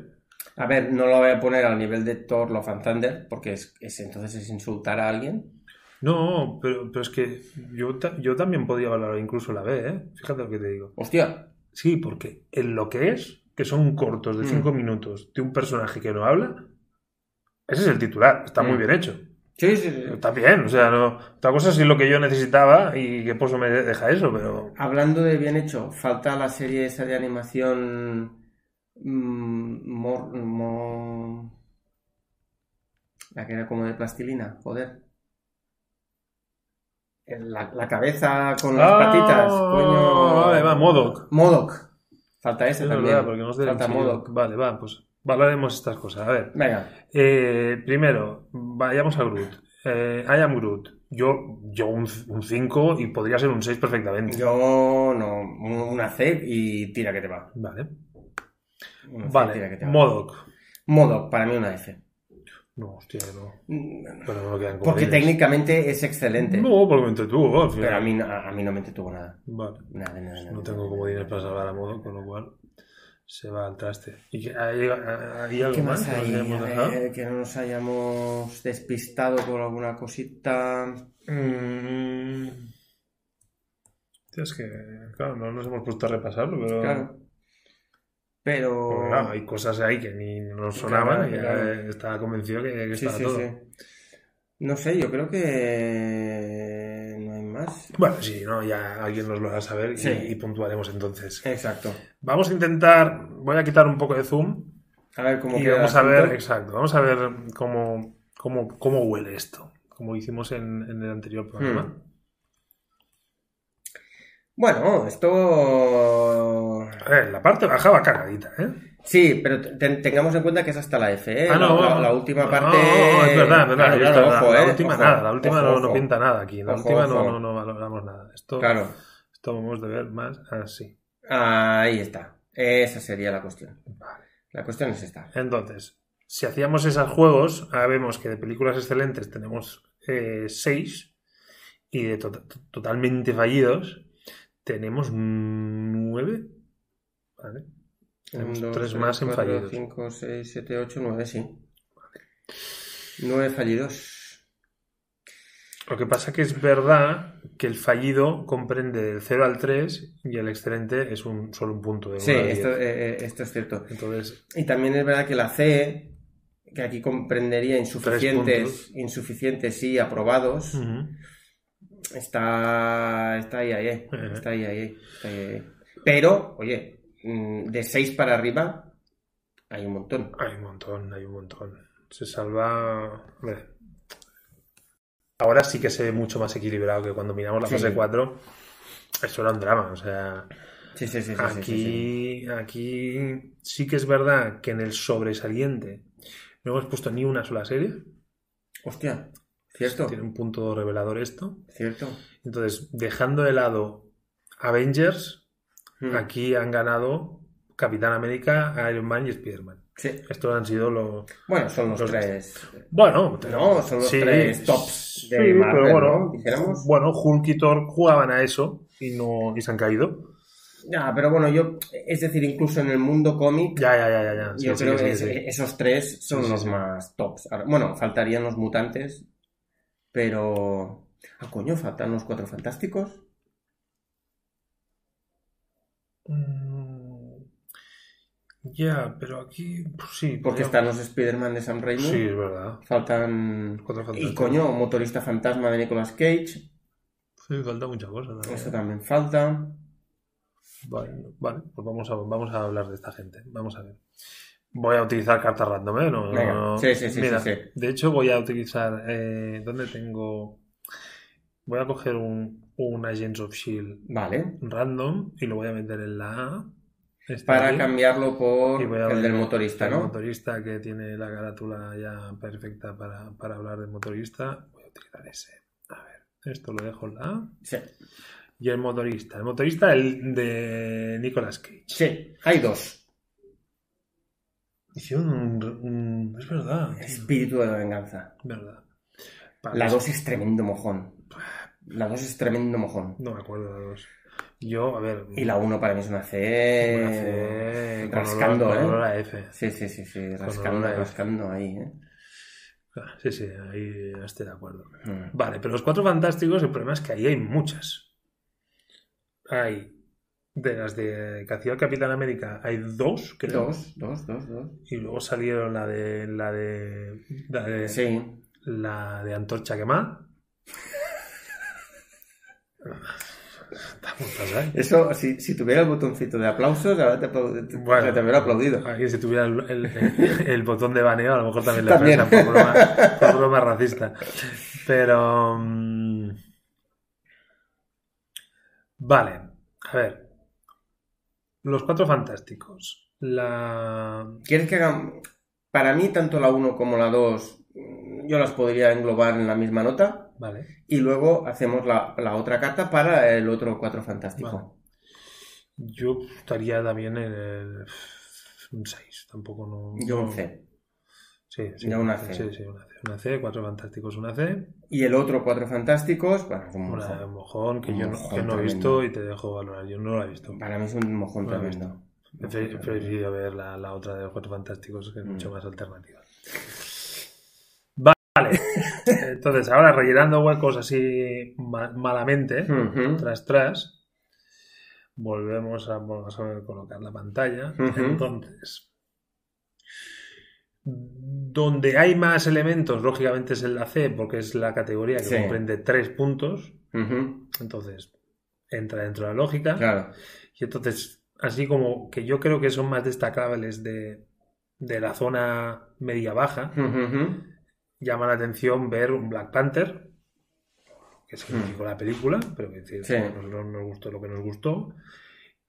Speaker 2: A ver, no lo voy a poner al nivel de Thor Love and Thunder, porque es, es- entonces es insultar a alguien.
Speaker 1: No, pero, pero es que yo, ta- yo también podía valorar incluso la B, ¿eh? Fíjate lo que te digo.
Speaker 2: Hostia,
Speaker 1: Sí, porque en lo que es, que son cortos de
Speaker 2: Mm.
Speaker 1: 5 minutos de un personaje que no habla, ese es el titular, está muy
Speaker 2: Mm.
Speaker 1: bien hecho.
Speaker 2: sí, sí, sí.
Speaker 1: Está bien, o sea, no, otra cosa es lo que yo necesitaba y qué pozo me de- deja eso, pero...
Speaker 2: Hablando de bien hecho, falta la serie esa de animación. mm, mor- mo- la que era como de plastilina, joder. La, la cabeza con las
Speaker 1: Ah,
Speaker 2: patitas, coño.
Speaker 1: vale, va, MODOK.
Speaker 2: Modoc. Falta esa
Speaker 1: Es
Speaker 2: también.
Speaker 1: verdad, porque no es de-
Speaker 2: Falta
Speaker 1: sí,
Speaker 2: Modoc.
Speaker 1: Vale, va, pues valoraremos estas cosas. A ver,
Speaker 2: Venga,
Speaker 1: eh, primero, vayamos a Groot. Eh, I am Groot. Yo, yo un 5 y podría ser un 6 perfectamente.
Speaker 2: yo no. Una C y tira que te va.
Speaker 1: Vale,
Speaker 2: Una C, tira que
Speaker 1: vale,
Speaker 2: te va.
Speaker 1: MODOK.
Speaker 2: Modoc, para mí una F.
Speaker 1: No, hostia, no.
Speaker 2: Mm,
Speaker 1: Pero no me quedan
Speaker 2: Porque
Speaker 1: comodines.
Speaker 2: técnicamente es excelente.
Speaker 1: No, porque me entretuvo, al final.
Speaker 2: Pero a mí, no- a, a mí no me entretuvo nada.
Speaker 1: Vale. pues
Speaker 2: Nada, nada, nada.
Speaker 1: No tengo comodines para salvar a modo, con lo cual se va al traste. ¿Y qué- hay, hay algo
Speaker 2: ¿Qué
Speaker 1: más?
Speaker 2: más
Speaker 1: que nos
Speaker 2: hay? Eh,
Speaker 1: hayamos
Speaker 2: A ver,
Speaker 1: dejado?
Speaker 2: que no nos hayamos despistado con alguna cosita.
Speaker 1: Mm. Tío, Es que, claro, no nos hemos puesto a repasarlo, pero.
Speaker 2: Claro.
Speaker 1: Porque,
Speaker 2: Pero.
Speaker 1: claro, Pues hay cosas ahí que ni nos sonaban
Speaker 2: Claro,
Speaker 1: y
Speaker 2: claro.
Speaker 1: eh, estaba convencido que, que
Speaker 2: Sí,
Speaker 1: estaba
Speaker 2: sí,
Speaker 1: todo.
Speaker 2: sí. No sé, yo creo que. No hay más.
Speaker 1: Bueno, sí, no, ya alguien nos lo hará saber y-
Speaker 2: Sí.
Speaker 1: y puntuaremos entonces.
Speaker 2: Exacto.
Speaker 1: Vamos a intentar, voy a quitar un poco de zoom
Speaker 2: A ver cómo
Speaker 1: Y
Speaker 2: queda. el
Speaker 1: vamos a ver,
Speaker 2: asunto.
Speaker 1: exacto, vamos a ver cómo, cómo, cómo huele esto, como hicimos en, en el anterior programa.
Speaker 2: Hmm. Bueno, esto.
Speaker 1: A ver, la parte baja va cagadita, ¿eh?
Speaker 2: Sí, pero te- te- tengamos en cuenta que es hasta la F, ¿eh?
Speaker 1: Ah, no,
Speaker 2: la, la-
Speaker 1: no.
Speaker 2: la última
Speaker 1: No,
Speaker 2: parte.
Speaker 1: no, es verdad, es verdad.
Speaker 2: Claro,
Speaker 1: yo
Speaker 2: claro,
Speaker 1: estaba-
Speaker 2: ojo,
Speaker 1: la,
Speaker 2: ¿eh?
Speaker 1: última
Speaker 2: Ojo,
Speaker 1: nada, la última
Speaker 2: ojo,
Speaker 1: no, no
Speaker 2: ojo.
Speaker 1: pinta nada aquí, la
Speaker 2: Ojo,
Speaker 1: última no-
Speaker 2: ojo.
Speaker 1: No, no valoramos nada. Esto,
Speaker 2: Claro,
Speaker 1: esto vamos de ver más así.
Speaker 2: ahí está. Esa sería la cuestión.
Speaker 1: Vale.
Speaker 2: La cuestión es esta.
Speaker 1: Entonces, si hacíamos esos juegos, ahora vemos que de películas excelentes tenemos eh, seis y de to- to- totalmente fallidos tenemos nueve. ¿Vale? Tenemos
Speaker 2: Un, dos,
Speaker 1: tres más en
Speaker 2: cuatro,
Speaker 1: fallidos.
Speaker 2: cinco, seis, siete, ocho, nueve, sí. Nueve fallidos.
Speaker 1: Lo que pasa que es verdad que el fallido comprende del 0 al 3 y el excelente es un solo un punto de
Speaker 2: Sí,
Speaker 1: uno a
Speaker 2: esto,
Speaker 1: diez.
Speaker 2: eh, eh, esto es cierto.
Speaker 1: Entonces,
Speaker 2: Y también es verdad que la C, que aquí comprendería insuficientes,
Speaker 1: puntos. Mm.
Speaker 2: insuficientes y aprobados,
Speaker 1: ujú.
Speaker 2: Está, está ahí, ahí, eh.
Speaker 1: Ajá.
Speaker 2: está ahí, ahí, está ahí, ahí. Pero, oye, mm, de 6 para arriba hay un montón.
Speaker 1: Hay un montón, hay un montón. Se salva. hombre. Ahora sí que se ve mucho más equilibrado que cuando miramos la
Speaker 2: Sí.
Speaker 1: fase 4. Eso era un drama. O sea,
Speaker 2: Sí, sí, sí. sí, sí,
Speaker 1: aquí,
Speaker 2: sí, sí.
Speaker 1: aquí sí que es verdad que en el sobresaliente no hemos puesto ni una sola serie.
Speaker 2: Hostia, cierto,
Speaker 1: Tiene un punto revelador esto.
Speaker 2: cierto.
Speaker 1: Entonces, dejando de lado Avengers,
Speaker 2: Mm.
Speaker 1: aquí han ganado Capitán América, Iron Man y Spider-Man.
Speaker 2: Sí.
Speaker 1: Estos han sido los,
Speaker 2: Bueno, son los
Speaker 1: Los-
Speaker 2: tres.
Speaker 1: Bueno,
Speaker 2: No, son los tres tops de Marvel,
Speaker 1: pero bueno,
Speaker 2: ¿no? Dijéramos.
Speaker 1: bueno, Hulk y Thor jugaban a eso y no y se han caído.
Speaker 2: Ya, pero bueno, yo, es decir, incluso en el mundo cómic,
Speaker 1: Ya, ya, ya, ya. ya. Sí,
Speaker 2: yo
Speaker 1: sí,
Speaker 2: creo
Speaker 1: sí,
Speaker 2: que es-
Speaker 1: sí.
Speaker 2: esos tres son
Speaker 1: Sí, sí,
Speaker 2: los
Speaker 1: sí.
Speaker 2: más tops. Ahora- Bueno, faltarían los mutantes, pero... Ah, coño, faltan los cuatro fantásticos.
Speaker 1: Mm, Ya, pero aquí pues sí.
Speaker 2: Porque
Speaker 1: podríamos-
Speaker 2: están los Spider-Man de Sam Raimi.
Speaker 1: Sí, es verdad.
Speaker 2: Faltan.
Speaker 1: Cuatro
Speaker 2: Y
Speaker 1: fantásticos.
Speaker 2: coño, Motorista Fantasma de Nicolas Cage.
Speaker 1: Sí, falta mucha cosa. ¿no?
Speaker 2: Eso también falta.
Speaker 1: Vale, vale, pues vamos a, vamos a hablar de esta gente. Vamos a ver. Voy a utilizar cartas random, ¿eh? No, no,
Speaker 2: Venga.
Speaker 1: no.
Speaker 2: Sí, sí, sí,
Speaker 1: Mira,
Speaker 2: sí, sí.
Speaker 1: De hecho, voy a utilizar. eh, ¿Dónde tengo.? Voy a coger un, un Agents of Shield
Speaker 2: Vale.
Speaker 1: E random y lo voy a meter en la A. Está
Speaker 2: Para
Speaker 1: aquí.
Speaker 2: cambiarlo por
Speaker 1: Y voy a
Speaker 2: el
Speaker 1: ver
Speaker 2: del motorista,
Speaker 1: El
Speaker 2: ¿no?
Speaker 1: motorista que tiene la carátula ya perfecta para, para hablar de motorista. Voy a utilizar ese. A ver, esto lo dejo en la A.
Speaker 2: Sí.
Speaker 1: Y el motorista. El motorista, el de Nicolas Cage.
Speaker 2: Sí, hay dos.
Speaker 1: Hicieron un, un- Es verdad. tío,
Speaker 2: Espíritu de la venganza.
Speaker 1: verdad. Vale,
Speaker 2: La dos es tremendo mojón. La dos es tremendo mojón.
Speaker 1: No me acuerdo de la dos. Yo, a ver.
Speaker 2: Y la uno para mí es una
Speaker 1: me
Speaker 2: C.
Speaker 1: hace con
Speaker 2: rascando,
Speaker 1: olor- con
Speaker 2: ¿eh?
Speaker 1: olor a F.
Speaker 2: Sí, sí, sí, sí. Rascando,
Speaker 1: olor a-
Speaker 2: rascando ahí, ¿eh?
Speaker 1: Ah, Sí, sí, ahí estoy de acuerdo.
Speaker 2: Mm.
Speaker 1: Vale, pero los cuatro fantásticos, el problema es que ahí hay muchas. Hay de las de que hacía el Capitán América, hay dos, creo.
Speaker 2: Dos, dos, dos, dos.
Speaker 1: Y luego salieron la de la de la de,
Speaker 2: Sí.
Speaker 1: la de Antorcha Quemada. Ah, Estamos pasando.
Speaker 2: Eso, si, si tuviera el botoncito de aplausos, ahora te, aplau- te-
Speaker 1: Bueno.
Speaker 2: te- te hubiera aplaudido.
Speaker 1: Aquí si tuviera el, el- el- el botón de baneo, a lo mejor también le
Speaker 2: También.
Speaker 1: apresan por broma, por broma racista. Pero... mm, Vale, a ver. Los Cuatro Fantásticos. La...
Speaker 2: ¿Quieres que hagan...? Para mí, tanto la 1 como la 2, yo las podría englobar en la misma nota.
Speaker 1: Vale.
Speaker 2: Y luego hacemos la, la otra carta para el otro 4 fantástico.
Speaker 1: Yo estaría también en el... Un 6, tampoco no...
Speaker 2: Yo
Speaker 1: no-
Speaker 2: un C.
Speaker 1: Sí, sí,
Speaker 2: Yo una C.
Speaker 1: Sí, sí, una C. Una C, Cuatro Fantásticos, una C.
Speaker 2: Y el otro 4 fantásticos, bueno, es un
Speaker 1: Una de
Speaker 2: mojón.
Speaker 1: mojón que
Speaker 2: Un
Speaker 1: yo no,
Speaker 2: mojón
Speaker 1: que no he
Speaker 2: tremendo.
Speaker 1: visto y te dejo valorar. Yo no la he visto.
Speaker 2: Para mí es un mojón
Speaker 1: No lo he
Speaker 2: tremendo.
Speaker 1: He pre- preferido ver la, la otra de los Cuatro Fantásticos, que es mucho
Speaker 2: Mm.
Speaker 1: más alternativa. Vale. Entonces, ahora rellenando huecos así ma- malamente,
Speaker 2: Mm. Ujú.
Speaker 1: tras tras, volvemos a, vamos a colocar la pantalla.
Speaker 2: Ujú.
Speaker 1: Entonces, donde hay más elementos, lógicamente es en la C, porque es la categoría que
Speaker 2: Sí.
Speaker 1: comprende tres puntos.
Speaker 2: Ujú.
Speaker 1: Entonces, entra dentro de la lógica.
Speaker 2: Claro.
Speaker 1: Y entonces, así como que yo creo que son más destacables de, de la zona media-baja,
Speaker 2: Ujú, ujú.
Speaker 1: llama la atención ver un Black Panther, que significó la película, pero que decir,
Speaker 2: Hmm. Sí.
Speaker 1: a nosotros nos gustó lo que nos gustó.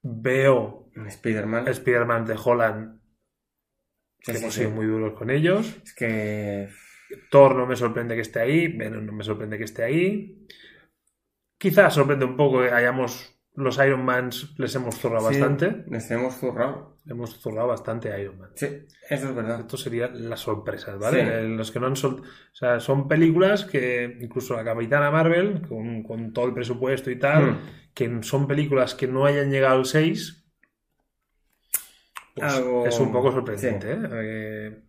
Speaker 1: Veo
Speaker 2: Spider-Man. Es,
Speaker 1: Spider-Man de Holland, que
Speaker 2: sí,
Speaker 1: hemos
Speaker 2: sí.
Speaker 1: sido muy duros con ellos.
Speaker 2: es que...
Speaker 1: Thor no me sorprende que esté ahí, Venom no me sorprende que esté ahí. Quizás sorprende un poco que hayamos. Los Iron Mans les hemos zurrado
Speaker 2: sí,
Speaker 1: bastante.
Speaker 2: Nos hemos zurrado.
Speaker 1: Hemos zurrado bastante a Iron Man.
Speaker 2: Sí, eso es verdad.
Speaker 1: Esto sería las sorpresas, ¿vale?
Speaker 2: Sí.
Speaker 1: Eh, Los que no han sol- O sea, son películas que incluso la Capitana Marvel, con, con todo el presupuesto y tal,
Speaker 2: Mm.
Speaker 1: que son películas que no hayan llegado al 6, pues
Speaker 2: Algo-
Speaker 1: es un poco sorprendente, ¿eh? Eh,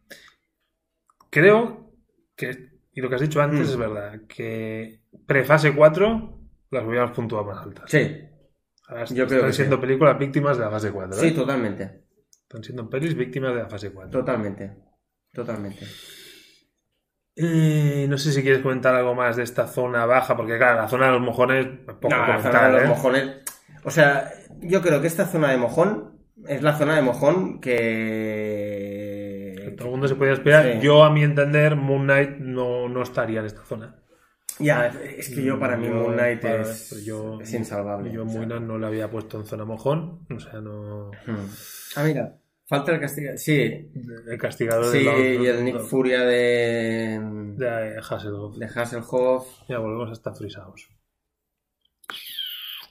Speaker 1: Creo que, y lo que has dicho antes
Speaker 2: Mm.
Speaker 1: es verdad, que prefase 4 las hubiéramos puntuado más altas.
Speaker 2: Sí,
Speaker 1: Ahora
Speaker 2: yo creo
Speaker 1: están
Speaker 2: que
Speaker 1: siendo
Speaker 2: sí.
Speaker 1: películas víctimas de la fase 4.
Speaker 2: sí, totalmente.
Speaker 1: Están siendo pelis víctimas de la fase 4.
Speaker 2: Totalmente. Totalmente.
Speaker 1: Eh, no sé si quieres comentar algo más de esta zona baja, porque claro, la zona de los mojones, poco
Speaker 2: No, la
Speaker 1: comentar,
Speaker 2: zona de los
Speaker 1: ¿eh?
Speaker 2: mojones. O sea, yo creo que esta zona de mojón es la zona de mojón que.
Speaker 1: Todo el mundo se puede esperar.
Speaker 2: Sí.
Speaker 1: Yo, a mi entender, Moon Knight no, no estaría en esta zona.
Speaker 2: Ya, es que yo para mí
Speaker 1: Yo,
Speaker 2: Moon Knight
Speaker 1: para-
Speaker 2: es,
Speaker 1: yo-
Speaker 2: es insalvable.
Speaker 1: Yo
Speaker 2: O sea,
Speaker 1: Moon Knight no la había puesto en zona mojón, o sea, no...
Speaker 2: hmm. Ah, mira, falta el castigo. Sí,
Speaker 1: El castigador
Speaker 2: sí,
Speaker 1: de la-
Speaker 2: y el Nick
Speaker 1: de-
Speaker 2: Furia de.
Speaker 1: de eh, Hasselhoff.
Speaker 2: de Hasselhoff.
Speaker 1: Ya volvemos hasta frisados.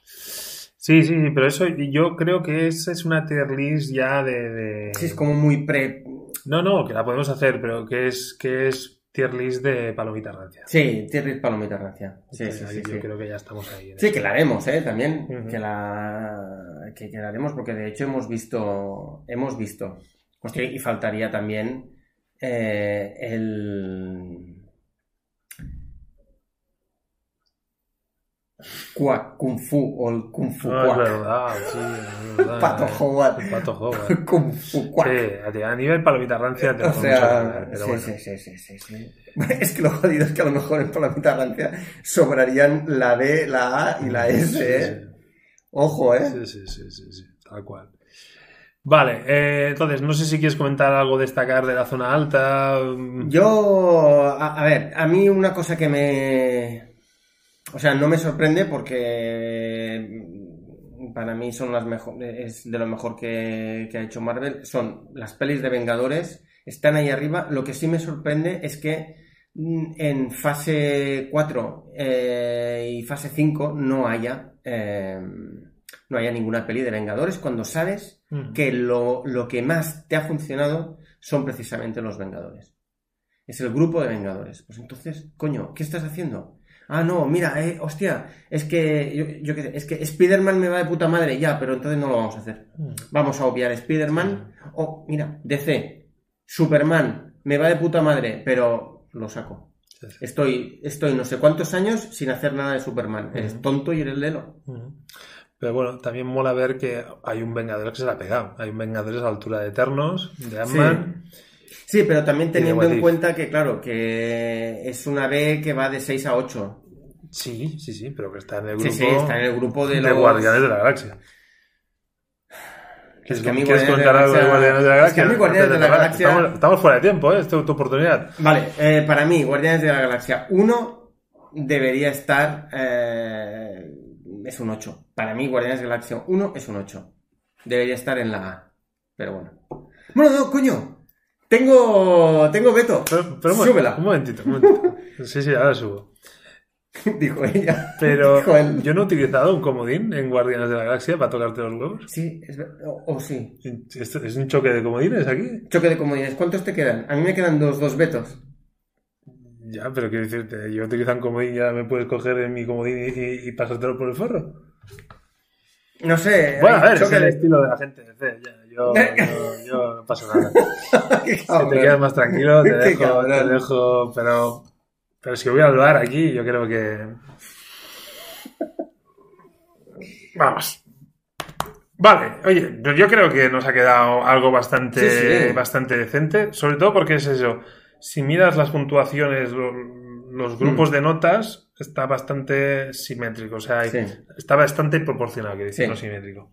Speaker 1: Sí, sí, sí, pero eso yo creo que es, es una tier list ya de... de-
Speaker 2: Sí, es como muy pre.
Speaker 1: No, no, que la podemos hacer, pero que es, que es tier list de palomita rancia.
Speaker 2: Sí, Tierra Palomita Rancia. Sí,
Speaker 1: Que
Speaker 2: sí,
Speaker 1: ahí
Speaker 2: sí.
Speaker 1: yo
Speaker 2: sí.
Speaker 1: creo que ya estamos ahí. en
Speaker 2: Sí,
Speaker 1: eso.
Speaker 2: que la haremos, ¿eh? También,
Speaker 1: Ujú.
Speaker 2: que la que, que la haremos, porque de hecho hemos visto, hemos visto. Hostia, y faltaría también eh, el... Qua, Kung Fu, o el Kung Fu
Speaker 1: No, Ah, es
Speaker 2: Quack.
Speaker 1: verdad, sí, es verdad. eh.
Speaker 2: Pato Howard.
Speaker 1: Ah, Pato Howard.
Speaker 2: Kung Fu Quack.
Speaker 1: Sí, a ti- a nivel palomita rancia te lo
Speaker 2: O
Speaker 1: podemos
Speaker 2: sea,
Speaker 1: arreglar, pero
Speaker 2: sí,
Speaker 1: bueno.
Speaker 2: sí, sí, sí, sí, sí. Es que lo jodido es que a lo mejor en Palomita Rancia sobrarían la D, la A y la S,
Speaker 1: Sí,
Speaker 2: ¿eh? Ojo, ¿eh?
Speaker 1: Sí, sí, sí, sí, sí, sí, tal cual. Vale, eh, entonces, no sé si quieres comentar algo destacar de la zona alta. mm,
Speaker 2: Yo, a, a ver, a mí una cosa que me... O sea, no me sorprende porque para mí son las mejor, es de lo mejor que, que ha hecho Marvel. Son las pelis de Vengadores, están ahí arriba. Lo que sí me sorprende es que mm, en fase 4 eh, y fase 5 no haya, eh, no haya ninguna peli de Vengadores cuando sabes
Speaker 1: mm.
Speaker 2: que lo, lo que más te ha funcionado son precisamente los Vengadores. Es el grupo de Vengadores. Pues entonces, coño, ¿qué estás haciendo? Ah, no, mira, eh, hostia, es que, yo, yo qué sé, es que Spider-Man me va de puta madre, ya, pero entonces no lo vamos a hacer.
Speaker 1: Mm.
Speaker 2: Vamos a obviar Spider-Man. O, mira, DC, Superman, me va de puta madre, pero lo saco.
Speaker 1: Sí, sí.
Speaker 2: Estoy, estoy no sé cuántos años sin hacer nada de Superman. Eres tonto y eres lelo.
Speaker 1: Mm. Pero bueno, también mola ver que hay un Vengador que se la ha pegado. Hay un Vengadores a la altura de Eternos, de Ant-Man.
Speaker 2: Sí, pero también
Speaker 1: de
Speaker 2: teniendo
Speaker 1: What
Speaker 2: en
Speaker 1: If.
Speaker 2: cuenta que, claro, que es una B que va de 6 a 8.
Speaker 1: Sí. sí, sí, pero que está en el
Speaker 2: Sí,
Speaker 1: grupo
Speaker 2: sí, está en el grupo de
Speaker 1: de,
Speaker 2: los...
Speaker 1: Guardianes de la Galaxia.
Speaker 2: Es que a mí
Speaker 1: ¿Quieres
Speaker 2: Guardianes de
Speaker 1: contar
Speaker 2: la
Speaker 1: algo de Guardianes de
Speaker 2: Galaxia-
Speaker 1: la
Speaker 2: Es que
Speaker 1: Galaxia?
Speaker 2: a mí Guardianes de la Galaxia-
Speaker 1: Estamos, estamos fuera de tiempo, ¿eh? Es tu, tu oportunidad.
Speaker 2: Vale, eh, para mí, Guardianes de la Galaxia 1 debería estar... eh, es un 8. Para mí, Guardianes de la Galaxia 1 es un 8. Debería estar en la A. Pero bueno. Bueno, no, coño. Tengo... Tengo veto.
Speaker 1: Pero, pero un momento,
Speaker 2: Súbela.
Speaker 1: Un momentito, un momentito. Sí, sí, ahora subo.
Speaker 2: Dijo ella.
Speaker 1: Pero
Speaker 2: Dijo él.
Speaker 1: yo no he utilizado un comodín en Guardianes de la Galaxia para tocarte los huevos.
Speaker 2: Sí, es ver- o- o sí.
Speaker 1: ¿Esto ¿Es un choque de comodines aquí?
Speaker 2: Choque de comodines. ¿Cuántos te quedan? A mí me quedan dos, dos vetos.
Speaker 1: Ya, pero quiero decirte, yo utilizo un comodín y ahora me puedes coger en mi comodín y, y- y pasártelo por el forro.
Speaker 2: No sé.
Speaker 1: Bueno,
Speaker 2: hay
Speaker 1: a ver, es
Speaker 2: choque
Speaker 1: el
Speaker 2: de-
Speaker 1: estilo de la gente de C, ya, yo, yo- yo no pasa nada. Si
Speaker 2: Qué
Speaker 1: te
Speaker 2: cabrón.
Speaker 1: quedas más tranquilo, te
Speaker 2: Qué
Speaker 1: dejo, te
Speaker 2: cabrón.
Speaker 1: dejo, pero, pero si voy a hablar aquí, yo creo que... Vamos. Vale, oye, yo- yo creo que nos ha quedado algo bastante,
Speaker 2: Sí, sí.
Speaker 1: bastante decente, sobre todo porque es eso. Si miras las puntuaciones, lo- los grupos
Speaker 2: Mm.
Speaker 1: de notas, está bastante simétrico, o sea,
Speaker 2: Sí.
Speaker 1: está bastante proporcional, que decir,
Speaker 2: Sí.
Speaker 1: no simétrico.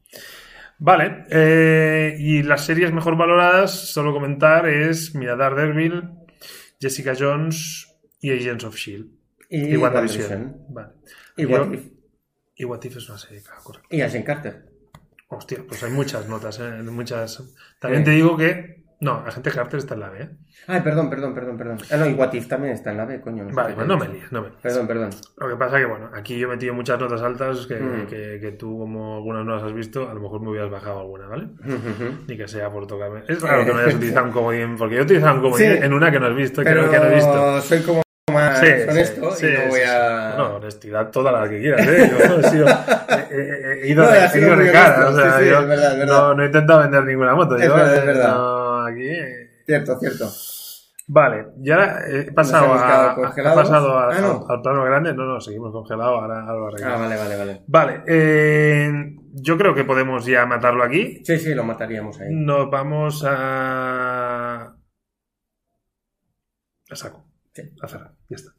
Speaker 1: Vale, eh, y las series mejor valoradas, solo comentar, es Mira Daredevil, Jessica Jones y Agents of S.H.I.E.L.D.
Speaker 2: Y,
Speaker 1: E Y, WandaVision.
Speaker 2: WandaVision.
Speaker 1: Vale.
Speaker 2: Y
Speaker 1: Yo-
Speaker 2: What If.
Speaker 1: y What If es una serie, claro, correcto.
Speaker 2: Y Agent Carter.
Speaker 1: Hostia, pues hay muchas notas, ¿eh? muchas. También
Speaker 2: Eh.
Speaker 1: te digo que. No, Agente Carter está en la B. ¿eh?
Speaker 2: Ay, perdón, perdón, perdón, perdón. Ah, no, y What If también está en la B, coño. no sé
Speaker 1: Vale,
Speaker 2: qué
Speaker 1: pues no me
Speaker 2: digo.
Speaker 1: líes, no me líes.
Speaker 2: Perdón, perdón.
Speaker 1: Lo que pasa que, bueno, aquí yo he metido muchas notas altas que,
Speaker 2: Mm.
Speaker 1: que- que tú, como algunas no las has visto, a lo mejor me hubieras bajado alguna, ¿vale? Ni que sea por tocarme. Es raro que no hayas utilizado un comodín, porque yo he utilizado un comodín
Speaker 2: Sí.
Speaker 1: en una que no has visto,
Speaker 2: Pero
Speaker 1: creo que no he visto.
Speaker 2: soy como más honesto
Speaker 1: sí,
Speaker 2: y no
Speaker 1: sí,
Speaker 2: voy
Speaker 1: sí.
Speaker 2: a...
Speaker 1: No, honestidad toda la que quieras, ¿eh? Yo he, sido, he- he- he ido,
Speaker 2: No,
Speaker 1: de,
Speaker 2: ha sido
Speaker 1: he ido de
Speaker 2: muy
Speaker 1: cara,
Speaker 2: honesto,
Speaker 1: o sea,
Speaker 2: sí, sí,
Speaker 1: yo
Speaker 2: es verdad, es verdad.
Speaker 1: No, no he intentado vender ninguna moto.
Speaker 2: Es
Speaker 1: yo,
Speaker 2: verdad, es
Speaker 1: eh,
Speaker 2: verdad.
Speaker 1: no, aquí... eh,
Speaker 2: Cierto, cierto.
Speaker 1: Vale, y ahora eh, he pasado,
Speaker 2: hemos quedado
Speaker 1: a, he
Speaker 2: congelados?
Speaker 1: pasado a-
Speaker 2: Ah, no.
Speaker 1: al, al plano grande. No, no, seguimos congelados, ahora, ahora lo
Speaker 2: Ah,
Speaker 1: arreglamos.
Speaker 2: vale, vale, vale.
Speaker 1: Vale, eh, yo creo que podemos ya matarlo aquí.
Speaker 2: Sí, sí, lo mataríamos ahí.
Speaker 1: Nos vamos a... A saco.
Speaker 2: Sí.
Speaker 1: A cerrar, ya está.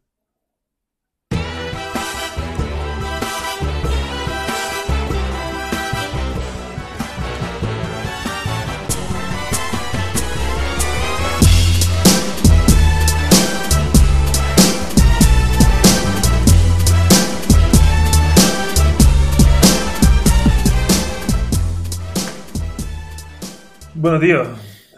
Speaker 1: Bueno, tío,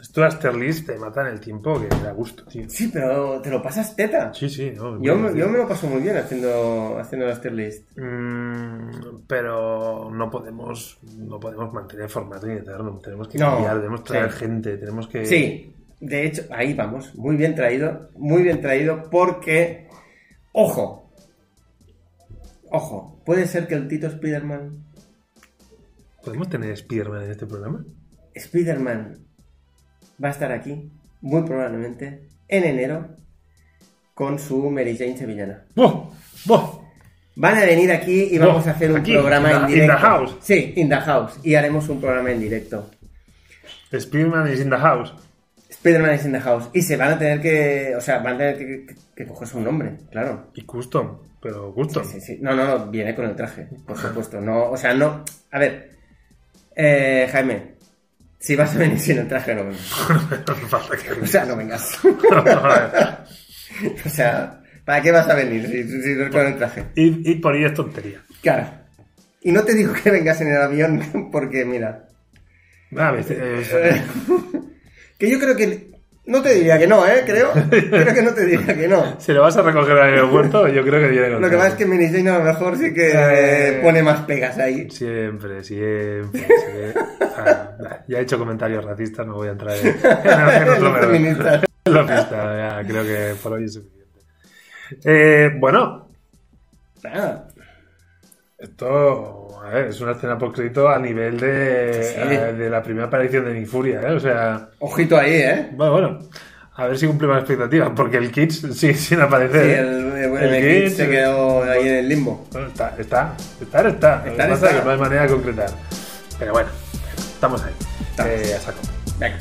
Speaker 1: esto las tier list te matan el tiempo que da gusto, tío.
Speaker 2: Sí, pero te lo pasas teta.
Speaker 1: Sí, sí, no,
Speaker 2: Yo,
Speaker 1: no,
Speaker 2: me-
Speaker 1: tío.
Speaker 2: yo me lo paso muy bien haciendo, haciendo las tier list.
Speaker 1: Mm, pero no podemos no podemos mantener el formato in eterno. Tenemos que
Speaker 2: No,
Speaker 1: cambiar, tenemos que traer
Speaker 2: sí.
Speaker 1: gente, tenemos que.
Speaker 2: Sí, Eh, de hecho, ahí vamos. Muy bien traído, muy bien traído, porque. Ojo. Ojo, puede ser que el Tito Spider-Man.
Speaker 1: ¿Podemos tener Spiderman en este programa?
Speaker 2: Spider-Man va a estar aquí, muy probablemente, en enero, con su Mary Jane Sevillana.
Speaker 1: ¡Buah! ¡Buah!
Speaker 2: Van a venir aquí y vamos
Speaker 1: Oh,
Speaker 2: a hacer un
Speaker 1: aquí,
Speaker 2: programa
Speaker 1: in the-
Speaker 2: en directo.
Speaker 1: in the house.
Speaker 2: Sí, in the house. Y haremos un programa en directo.
Speaker 1: Spiderman is in the house.
Speaker 2: Spider-Man is in the house. Y se van a tener que. O sea, van a tener que, que- que coger su nombre, claro.
Speaker 1: Y custom, pero custom.
Speaker 2: Sí, sí. No, no, no, viene con el traje, por supuesto. No, o sea, no. A ver, eh, Jaime, Si vas a venir sin el traje, no vengas.
Speaker 1: No hace falta que
Speaker 2: O sea, no vengas.
Speaker 1: Vale.
Speaker 2: O sea, ¿para qué vas a venir si, si- si no es con el traje?
Speaker 1: Id, id por ahí es tontería.
Speaker 2: Claro. Y no te digo que vengas en el avión porque, mira,
Speaker 1: A veces, eh,
Speaker 2: que yo creo que... No te diría que no, ¿eh? Creo. Creo que no te diría que no.
Speaker 1: si lo vas a recoger al aeropuerto, yo creo que viene con
Speaker 2: Lo
Speaker 1: traje.
Speaker 2: que pasa es que Mini Jane a lo mejor sí que
Speaker 1: Eh.
Speaker 2: eh, pone más pegas ahí.
Speaker 1: Siempre, siempre. siempre. Ah, nah, ya he hecho comentarios racistas, no voy a entrar en, en
Speaker 2: Los
Speaker 1: otro melón.
Speaker 2: feministas.
Speaker 1: Lo que está, ya, creo que por hoy es suficiente. Eh, bueno,
Speaker 2: Ah,
Speaker 1: esto a ver, es una escena por crédito a nivel de,
Speaker 2: Sí.
Speaker 1: a- de la primera aparición de Nifuria, ¿eh? O sea,
Speaker 2: ojito ahí, ¿eh?
Speaker 1: bueno, bueno, a ver si cumple más expectativas, porque el Kids sigue sin
Speaker 2: Sí,
Speaker 1: aparecer. ¿eh?
Speaker 2: el, el, el
Speaker 1: El
Speaker 2: Kid
Speaker 1: Kid,
Speaker 2: se
Speaker 1: el-
Speaker 2: quedó ahí en el limbo.
Speaker 1: Bueno, está, está, estar está. Lo que
Speaker 2: Estar
Speaker 1: pasa es
Speaker 2: está.
Speaker 1: que no hay manera de concretar. Pero bueno, estamos ahí,
Speaker 2: Estamos.
Speaker 1: Eh, a saco.
Speaker 2: Venga.